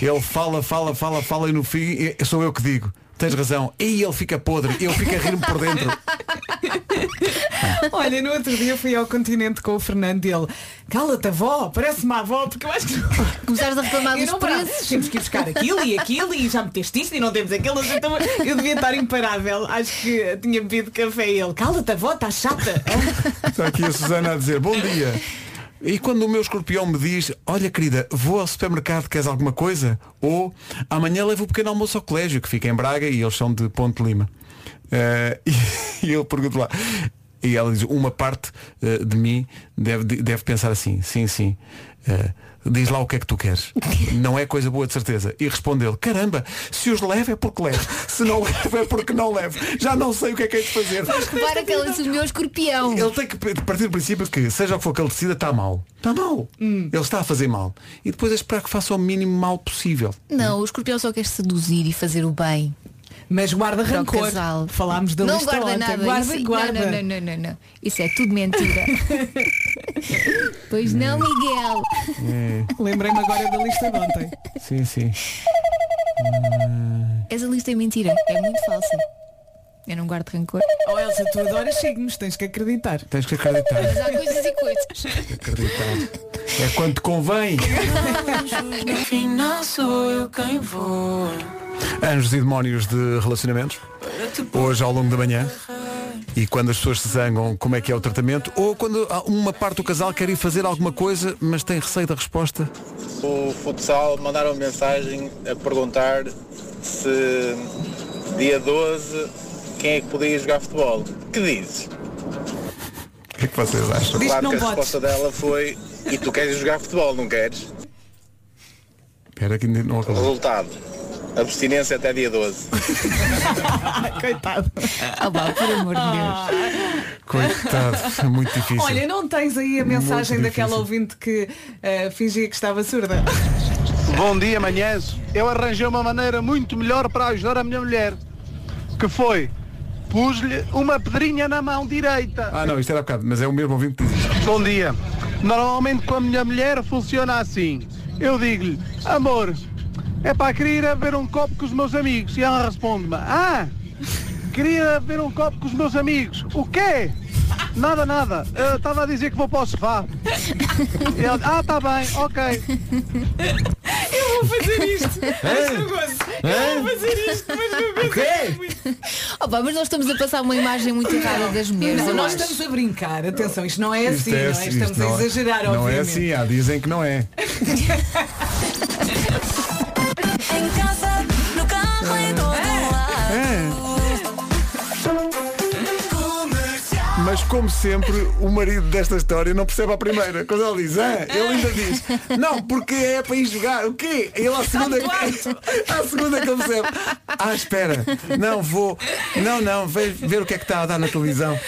Speaker 1: Ele fala, fala, fala, fala e no fim é- sou eu que digo. Tens razão. E ele fica podre, eu fico a rir-me por dentro.
Speaker 3: Olha, no outro dia fui ao continente com o Fernando e ele, cala-te avó, parece-me a avó, porque eu acho que não.
Speaker 4: Começaste a reclamar
Speaker 3: Eu
Speaker 4: dos
Speaker 3: não bravo,
Speaker 4: preços.
Speaker 3: Temos que ir buscar aquilo e aquilo e já meteste isto e não temos aquilo. Então eu devia estar imparável. Acho que tinha bebido café e ele, cala-te avó, está chata.
Speaker 1: Está aqui a Susana a dizer, bom dia. E quando o meu escorpião me diz, olha querida, vou ao supermercado, queres alguma coisa? Ou amanhã levo o pequeno almoço ao colégio, que fica em Braga e eles são de Ponte Lima. Eh, *laughs* e, e eu pergunto lá. E ela diz, uma parte eh, de mim deve, deve pensar assim, sim, sim. eh, diz lá o que é que tu queres. Não é coisa boa de certeza. E respondeu, caramba, se os levo é porque levo. Se não levo é porque não levo. Já não sei o que é que é de fazer.
Speaker 4: Repara que ela assumiu o escorpião.
Speaker 1: Ele tem que partir do princípio que, seja o que for que ele decida, está mal. Está mal. Ele está a fazer mal. E depois é esperar que faça o mínimo mal possível.
Speaker 4: Não, o escorpião só quer seduzir e fazer o bem.
Speaker 3: Mas guarda
Speaker 4: Para o
Speaker 3: rancor.
Speaker 4: casal.
Speaker 3: Falámos da
Speaker 4: Não
Speaker 3: lista
Speaker 4: guarda
Speaker 3: ontem.
Speaker 4: nada.
Speaker 3: Guarda,
Speaker 4: Isso-
Speaker 3: guarda.
Speaker 4: Não, não, não, não, não. Isso é tudo
Speaker 3: *laughs*
Speaker 4: mentira. pois não, Miguel.
Speaker 3: Lembrei-me agora da lista de ontem.
Speaker 1: É, Sim, sim.
Speaker 4: Essa lista é mentira. É muito falsa. Eu não guardo rancor.
Speaker 3: Oh Elsa, tu adoras signos, tens que acreditar.
Speaker 1: Tens que acreditar.
Speaker 4: Mas há coisas e coisas.
Speaker 1: Acreditar. É quando te convém.
Speaker 6: No final sou eu quem vou.
Speaker 1: Anjos e demónios de relacionamentos. Hoje ao longo da manhã. E quando as pessoas se zangam, como é que é o tratamento? Ou quando há uma parte do casal quer ir fazer alguma coisa, mas tem receio da resposta.
Speaker 12: O futsal mandaram mensagem a perguntar se dia 12 quem é que podia jogar futebol. Que dizes?
Speaker 1: O que é que vocês acham?
Speaker 12: claro que a resposta dela foi e tu queres jogar futebol, não queres?
Speaker 1: Espera que ainda não acabou.
Speaker 12: Resultado. Abstinência até dia 12.
Speaker 3: Coitado.
Speaker 4: Ah, vá, por amor de
Speaker 1: Coitado, é muito difícil.
Speaker 3: Ah. Olha, não tens aí a mensagem
Speaker 1: Muito
Speaker 3: daquela
Speaker 1: difícil.
Speaker 3: ouvinte que eh, fingia que estava surda.
Speaker 12: Bom dia, manhãs. Eu arranjei uma maneira muito melhor para ajudar a minha mulher.
Speaker 25: Que foi? Pus-lhe uma pedrinha na mão direita.
Speaker 1: Ah não, isto era há bocado, mas é o mesmo ouvinte que diz isto.
Speaker 25: Bom dia. Normalmente com a minha mulher funciona assim. Eu digo-lhe, amor, é para querer ir a ver um copo com os meus amigos. E ela responde-me, ah, queria ir a ver um copo com os meus amigos. O quê? Nada, nada. Eu Estava a dizer que vou para o sofá. E ela, ah, está bem, ok.
Speaker 3: Eu vou
Speaker 4: *laughs*
Speaker 3: fazer isto. Mas não gosto. Eu vou é fazer isto, mas não gosto.
Speaker 4: Opa, mas nós estamos a passar uma imagem muito errada das mulheres.
Speaker 3: Não,
Speaker 4: eu
Speaker 3: nós
Speaker 4: acho.
Speaker 3: estamos a brincar, atenção, isto não é
Speaker 1: Isto
Speaker 3: assim, não é?
Speaker 1: assim,
Speaker 3: Estamos
Speaker 1: isto
Speaker 3: a
Speaker 1: não é-
Speaker 3: exagerar,
Speaker 1: Não é
Speaker 3: obviamente.
Speaker 1: assim, há dizem que não é.
Speaker 6: Em casa, no carro, em todo
Speaker 3: É.
Speaker 6: lado.
Speaker 1: Mas como sempre, o marido desta história não percebe a primeira. Quando ela diz, ah, ele ainda diz, não, porque é para ir jogar. O quê? Ele à segunda, *laughs* à segunda que ele percebe. Ah, espera, não vou, não, não, ve- ver o que é que está a dar na televisão.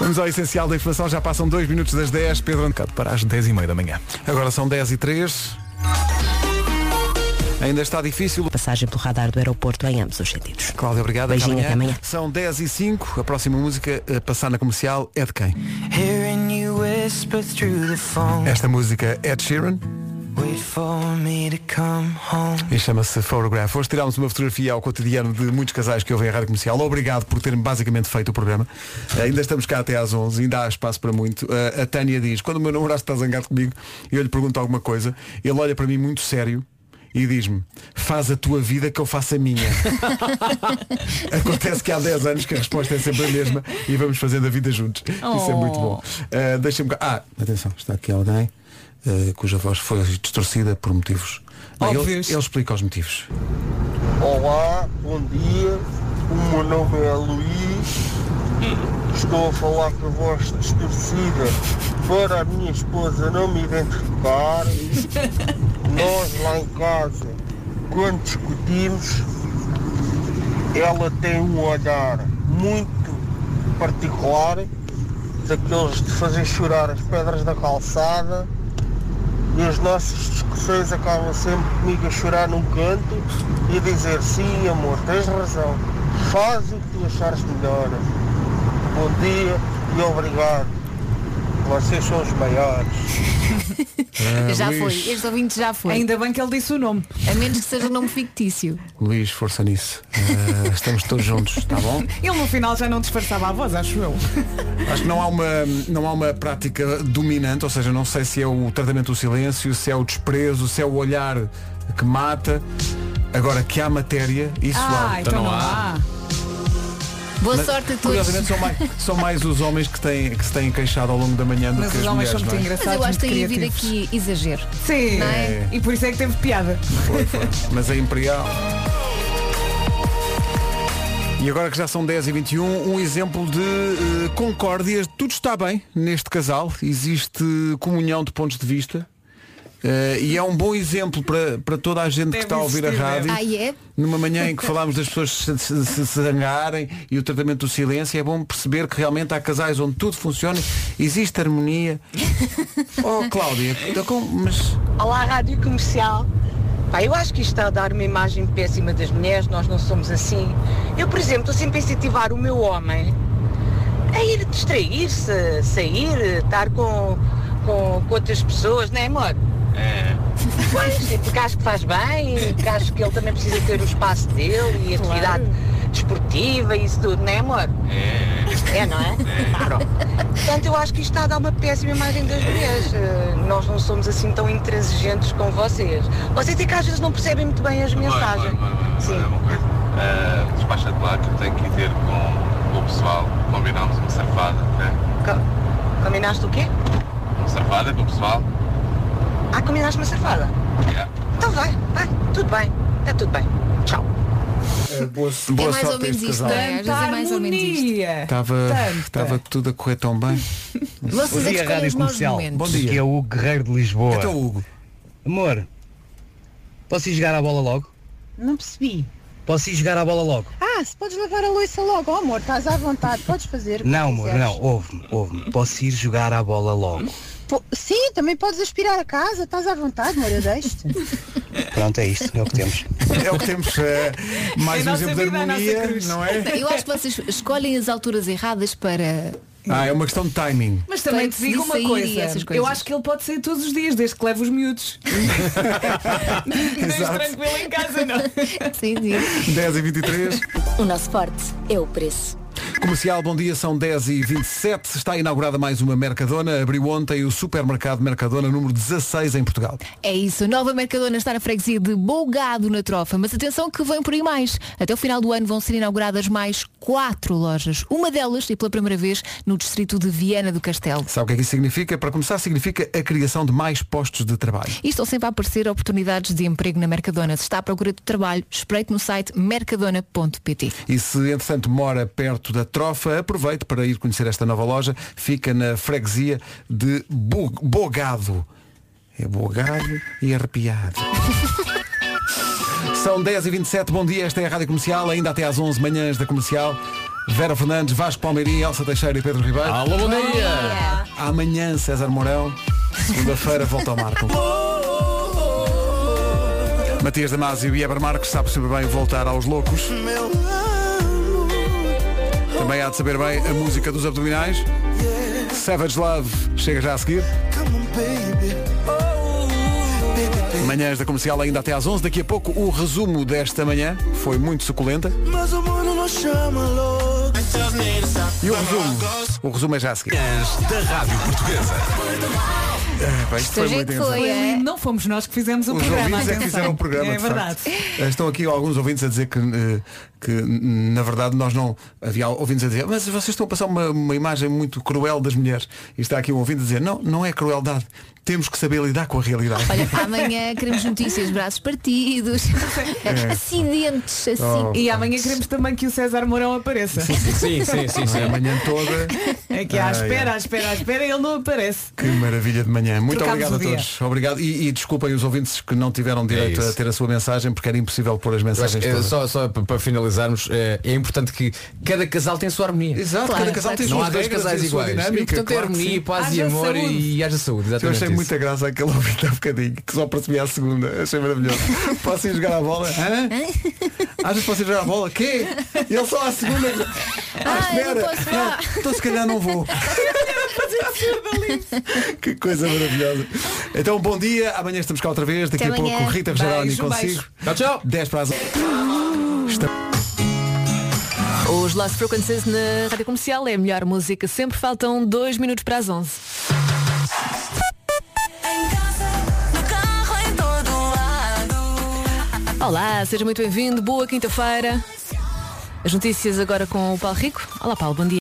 Speaker 1: Vamos ao essencial da informação, já passam dois minutos das 10, Pedro Ancato para as 10 e meia da manhã. Agora são 10 e 3. Ainda está difícil.
Speaker 2: Passagem pelo radar do aeroporto em ambos os sentidos.
Speaker 1: Cláudia, obrigada.
Speaker 2: Beijinho, até amanhã.
Speaker 1: São 10 e 5. A próxima música a passar na comercial é de quem?
Speaker 6: Hearing you whisper through the phone.
Speaker 1: Esta música é de Sheeran
Speaker 6: Wait for me to come home.
Speaker 1: e chama-se Photograph. Hoje tirámos uma fotografia ao cotidiano de muitos casais que ouvem a rádio comercial. Obrigado por terem basicamente feito o programa. Ainda estamos cá até às 11, ainda há espaço para muito. Eh, A- A Tânia diz: Quando o meu namorado está zangado comigo e eu lhe pergunto alguma coisa, ele olha para mim muito sério. E diz-me, faz a tua vida que eu faço a minha. Acontece que há 10 anos que a resposta é sempre a mesma e vamos fazendo a vida juntos. Isso é
Speaker 6: Oh.
Speaker 1: muito bom. Uh, Deixa-me. cá- Ah, atenção, está aqui alguém uh, cuja voz foi distorcida por motivos. Bem, ele, ele explica os motivos.
Speaker 25: Olá, bom dia. O meu nome é Luís. Estou a falar com a voz distorcida for a minha esposa não me identificar, nós lá em casa, quando discutimos, ela tem um olhar muito particular, daqueles de fazer chorar as pedras da calçada, e as nossas discussões acabam sempre comigo a chorar num canto e a dizer sim amor, tens razão, faz o que tu achares melhor. Bom dia e obrigado. Vocês são os maiores.
Speaker 4: *laughs* já
Speaker 1: Eh,
Speaker 4: foi, este ouvinte já foi.
Speaker 26: Ainda bem que ele disse o nome.
Speaker 4: A menos que seja um nome fictício.
Speaker 1: Luís, força nisso. Eh, estamos todos juntos, está bom?
Speaker 26: Ele no final já não disfarçava a voz, acho eu.
Speaker 1: Acho que não há, uma, não há uma prática dominante, ou seja, não sei se é o tratamento do silêncio, se é o desprezo, se é o olhar que mata. Agora que há matéria, isso
Speaker 4: Ah,
Speaker 1: há.
Speaker 4: então não há. *laughs* Boa
Speaker 1: Mas,
Speaker 4: sorte a todos.
Speaker 1: Curiosamente são
Speaker 4: *laughs*
Speaker 1: mais, são mais os homens que, têm, que se têm queixado ao longo da manhã do
Speaker 4: Mas
Speaker 1: que
Speaker 4: os
Speaker 1: as mulheres.
Speaker 4: homens são muito
Speaker 1: não é?
Speaker 4: Mas eu acho que tem havido aqui exagero.
Speaker 26: Sim.
Speaker 4: Não é?
Speaker 1: É.
Speaker 26: E por isso é que teve piada.
Speaker 1: Foi, foi. Mas a Imperial. E agora que já são 10h21, um exemplo de eh, concórdia. Tudo está bem neste casal, existe comunhão de pontos de vista. eh, e é um bom exemplo para, para toda a gente que
Speaker 4: Deve
Speaker 1: está a ouvir a
Speaker 4: existir,
Speaker 3: né?
Speaker 1: rádio.
Speaker 4: deve. Ah, é?
Speaker 1: Numa manhã em que falámos das pessoas se, se, se- se zangarem e o tratamento do silêncio, é bom perceber que realmente há casais onde tudo funciona, existe
Speaker 4: *laughs*
Speaker 1: harmonia. oh Cláudia, então como- mas
Speaker 3: Olá, Rádio Comercial. Pá, eu acho que isto está a dar uma imagem péssima das mulheres, nós não somos assim. Eu, por exemplo, estou sempre a incentivar o meu homem a ir distrair-se, a sair, a estar com, com, com outras pessoas, não é, amor? É. Pois, é porque acho que faz bem, porque acho que ele também precisa ter o espaço dele e a atividade desportiva e isso tudo, não é, amor? É, não é? Pronto. Portanto, eu acho que isto está a dar uma péssima imagem das mulheres. Eh, Nós não somos assim tão intransigentes com vocês. Vocês é que às vezes não percebem muito bem as mensagens. Sim.
Speaker 7: Uh, despacha-te lá que eu tenho que ir ter com, com o pessoal. Combinámos uma safada, né?
Speaker 3: Co- Combinaste o quê?
Speaker 7: Uma safada com o pessoal.
Speaker 3: Ah, combinaste uma safada? Então vai, vai, tudo bem. Está tudo bem. Tchau.
Speaker 1: boa,
Speaker 3: É mais ou
Speaker 1: sorte a este
Speaker 3: menos isto,
Speaker 1: casal. Tá
Speaker 3: não é? Às vezes é mais ou menos isto.
Speaker 1: *laughs*
Speaker 26: Harmonia.
Speaker 1: Estava, estava tudo a correr tão bem.
Speaker 4: é
Speaker 6: Bom dia, Rádio Comercial.
Speaker 1: Bom dia.
Speaker 6: Aqui é o Hugo Guerreiro de Lisboa.
Speaker 1: Então, Hugo.
Speaker 6: Amor, posso ir jogar a bola logo?
Speaker 19: Não percebi.
Speaker 6: Posso ir jogar a bola logo?
Speaker 19: Ah, se podes lavar a louça logo, oh, amor, estás à vontade, podes fazer. o que
Speaker 6: Não, amor,
Speaker 19: quiseres.
Speaker 6: não. Ouve-me, ouve-me. Posso ir jogar a bola logo?
Speaker 19: Po- Sim, também podes aspirar a casa, estás à vontade, amor, eu deixo-te.
Speaker 6: Pronto, é isto. É o que temos.
Speaker 1: É o que temos.
Speaker 4: *laughs*
Speaker 1: eh, mais
Speaker 4: É
Speaker 1: um exemplo de harmonia, não é?
Speaker 4: Então, Eu acho que vocês escolhem as alturas erradas para.
Speaker 1: Ah, é uma questão de timing.
Speaker 26: Mas também
Speaker 4: Para
Speaker 26: te digo uma
Speaker 4: sair e
Speaker 26: coisa,
Speaker 4: essas
Speaker 26: eu
Speaker 4: coisas.
Speaker 26: acho que ele pode sair todos os dias, desde que leve os
Speaker 1: *laughs*
Speaker 26: miúdos. Deixe
Speaker 1: Exato.
Speaker 26: tranquilo em casa, não.
Speaker 4: sim, sim.
Speaker 1: 10 e 23.
Speaker 18: O nosso forte é o preço.
Speaker 1: Comercial, bom dia, são 10 e 27 Está inaugurada mais uma Mercadona. Abriu ontem o supermercado Mercadona número 16 em Portugal.
Speaker 4: É isso, a nova Mercadona está na freguesia de Bolgado na Trofa, mas atenção que vem por aí mais. Até o final do ano vão ser inauguradas mais quatro lojas, uma delas e pela primeira vez no distrito de Viana do Castelo.
Speaker 1: Sabe o que é que isso significa? Para começar, significa a criação de mais postos de trabalho.
Speaker 4: E estão sempre a aparecer oportunidades de emprego na Mercadona. Se está à procura de trabalho, espreite no site mercadona.pt.
Speaker 1: E se, entretanto, mora perto da Trofa, aproveite para ir conhecer esta nova loja. Fica na freguesia de Bo- Bogado. É Bogado e arrepiado. São 10h27, bom dia, esta é a Rádio Comercial, ainda até às 11 manhãs da Comercial. Vera Fernandes, Vasco Palmeirinho, Elsa Teixeira e Pedro Ribeiro.
Speaker 27: Alô, bom dia. Bom
Speaker 1: Amanhã, César Mourão. Segunda-feira, volta ao Marco.
Speaker 27: *laughs*
Speaker 1: Matias Damasio e Eber Marques sabe sempre bem voltar aos loucos. Também há de saber bem a música dos abdominais. Savage Love chega já a seguir. Manhãs da comercial ainda até às 11. Daqui a pouco o resumo desta manhã foi muito suculenta.
Speaker 22: Mas o mundo não chama louco.
Speaker 1: E o resumo? O resumo é já a seguir.
Speaker 22: Da Rádio Portuguesa.
Speaker 1: Ah, pá, isto foi muito engraçado.
Speaker 3: é.
Speaker 26: Não fomos nós que fizemos o
Speaker 1: Os
Speaker 26: programa.
Speaker 1: ouvintes é que
Speaker 26: atenção.
Speaker 1: fizeram o programa.
Speaker 26: É
Speaker 1: de
Speaker 26: verdade.
Speaker 1: facto. Eh, Estão aqui alguns ouvintes a dizer que, eh, que n- na verdade nós não. Havia ouvintes a dizer, mas vocês estão a passar uma, uma imagem muito cruel das mulheres. E está aqui um ouvinte a dizer, não, não é crueldade. Temos que saber lidar com a realidade.
Speaker 4: Olha, amanhã queremos notícias, braços partidos,
Speaker 1: *laughs* É.
Speaker 4: acidentes, assim.
Speaker 1: Oh,
Speaker 26: E amanhã queremos também que o César Mourão apareça.
Speaker 1: Não é? Amanhã toda.
Speaker 3: É que à
Speaker 1: Ai,
Speaker 3: espera,
Speaker 1: ai.
Speaker 3: à espera, à espera, ele não aparece.
Speaker 1: Que maravilha de manhã. Muito
Speaker 3: Trocámos
Speaker 1: obrigado
Speaker 3: o
Speaker 1: a
Speaker 3: dia.
Speaker 1: todos. Obrigado. E, e desculpem os ouvintes que não tiveram direito
Speaker 11: É isso.
Speaker 1: a ter a sua mensagem porque era impossível pôr as
Speaker 11: Eu acho
Speaker 1: mensagens
Speaker 11: que, eh,
Speaker 1: todas.
Speaker 11: só só p- para finalizarmos, eh, é importante que cada casal tem a sua harmonia.
Speaker 1: Exato,
Speaker 11: Claro,
Speaker 1: cada casal tem as
Speaker 11: Não
Speaker 1: suas
Speaker 11: há dois
Speaker 1: regras
Speaker 11: casais
Speaker 1: e a sua
Speaker 11: iguais.
Speaker 1: dinâmica,
Speaker 11: E, portanto, é
Speaker 1: claro que
Speaker 11: harmonia,
Speaker 1: sim.
Speaker 11: paz e
Speaker 1: Haja
Speaker 11: amor
Speaker 1: saúde.
Speaker 11: e, e haja saúde.
Speaker 1: Eu
Speaker 11: Exatamente
Speaker 1: achei
Speaker 11: isso.
Speaker 1: muita graça aquele *laughs* ouvinte há bocadinho, que só percebia a segunda. Achei maravilhoso. Posso ir jogar a bola? Hã? Achas que posso ir jogar a bola? Quê? Ele só à segunda. Ah,
Speaker 6: Ah, eu não
Speaker 1: espera.
Speaker 6: posso
Speaker 1: Não,
Speaker 6: lá.
Speaker 1: Então se calhar não vou. Que coisa maravilhosa. Então bom dia, amanhã estamos cá outra vez, daqui
Speaker 6: Até
Speaker 1: a pouco
Speaker 6: amanhã.
Speaker 1: Rita Rogeroni
Speaker 6: Beijo,
Speaker 1: consigo. Tchau, tchau. 10 para as Está-
Speaker 4: Os Lost Frequencies na Rádio Comercial é a melhor música. Sempre faltam dois minutos para as 11. Olá, seja muito bem-vindo. Boa quinta-feira. As notícias agora com o Paulo Rico. Olá, Paulo, bom dia.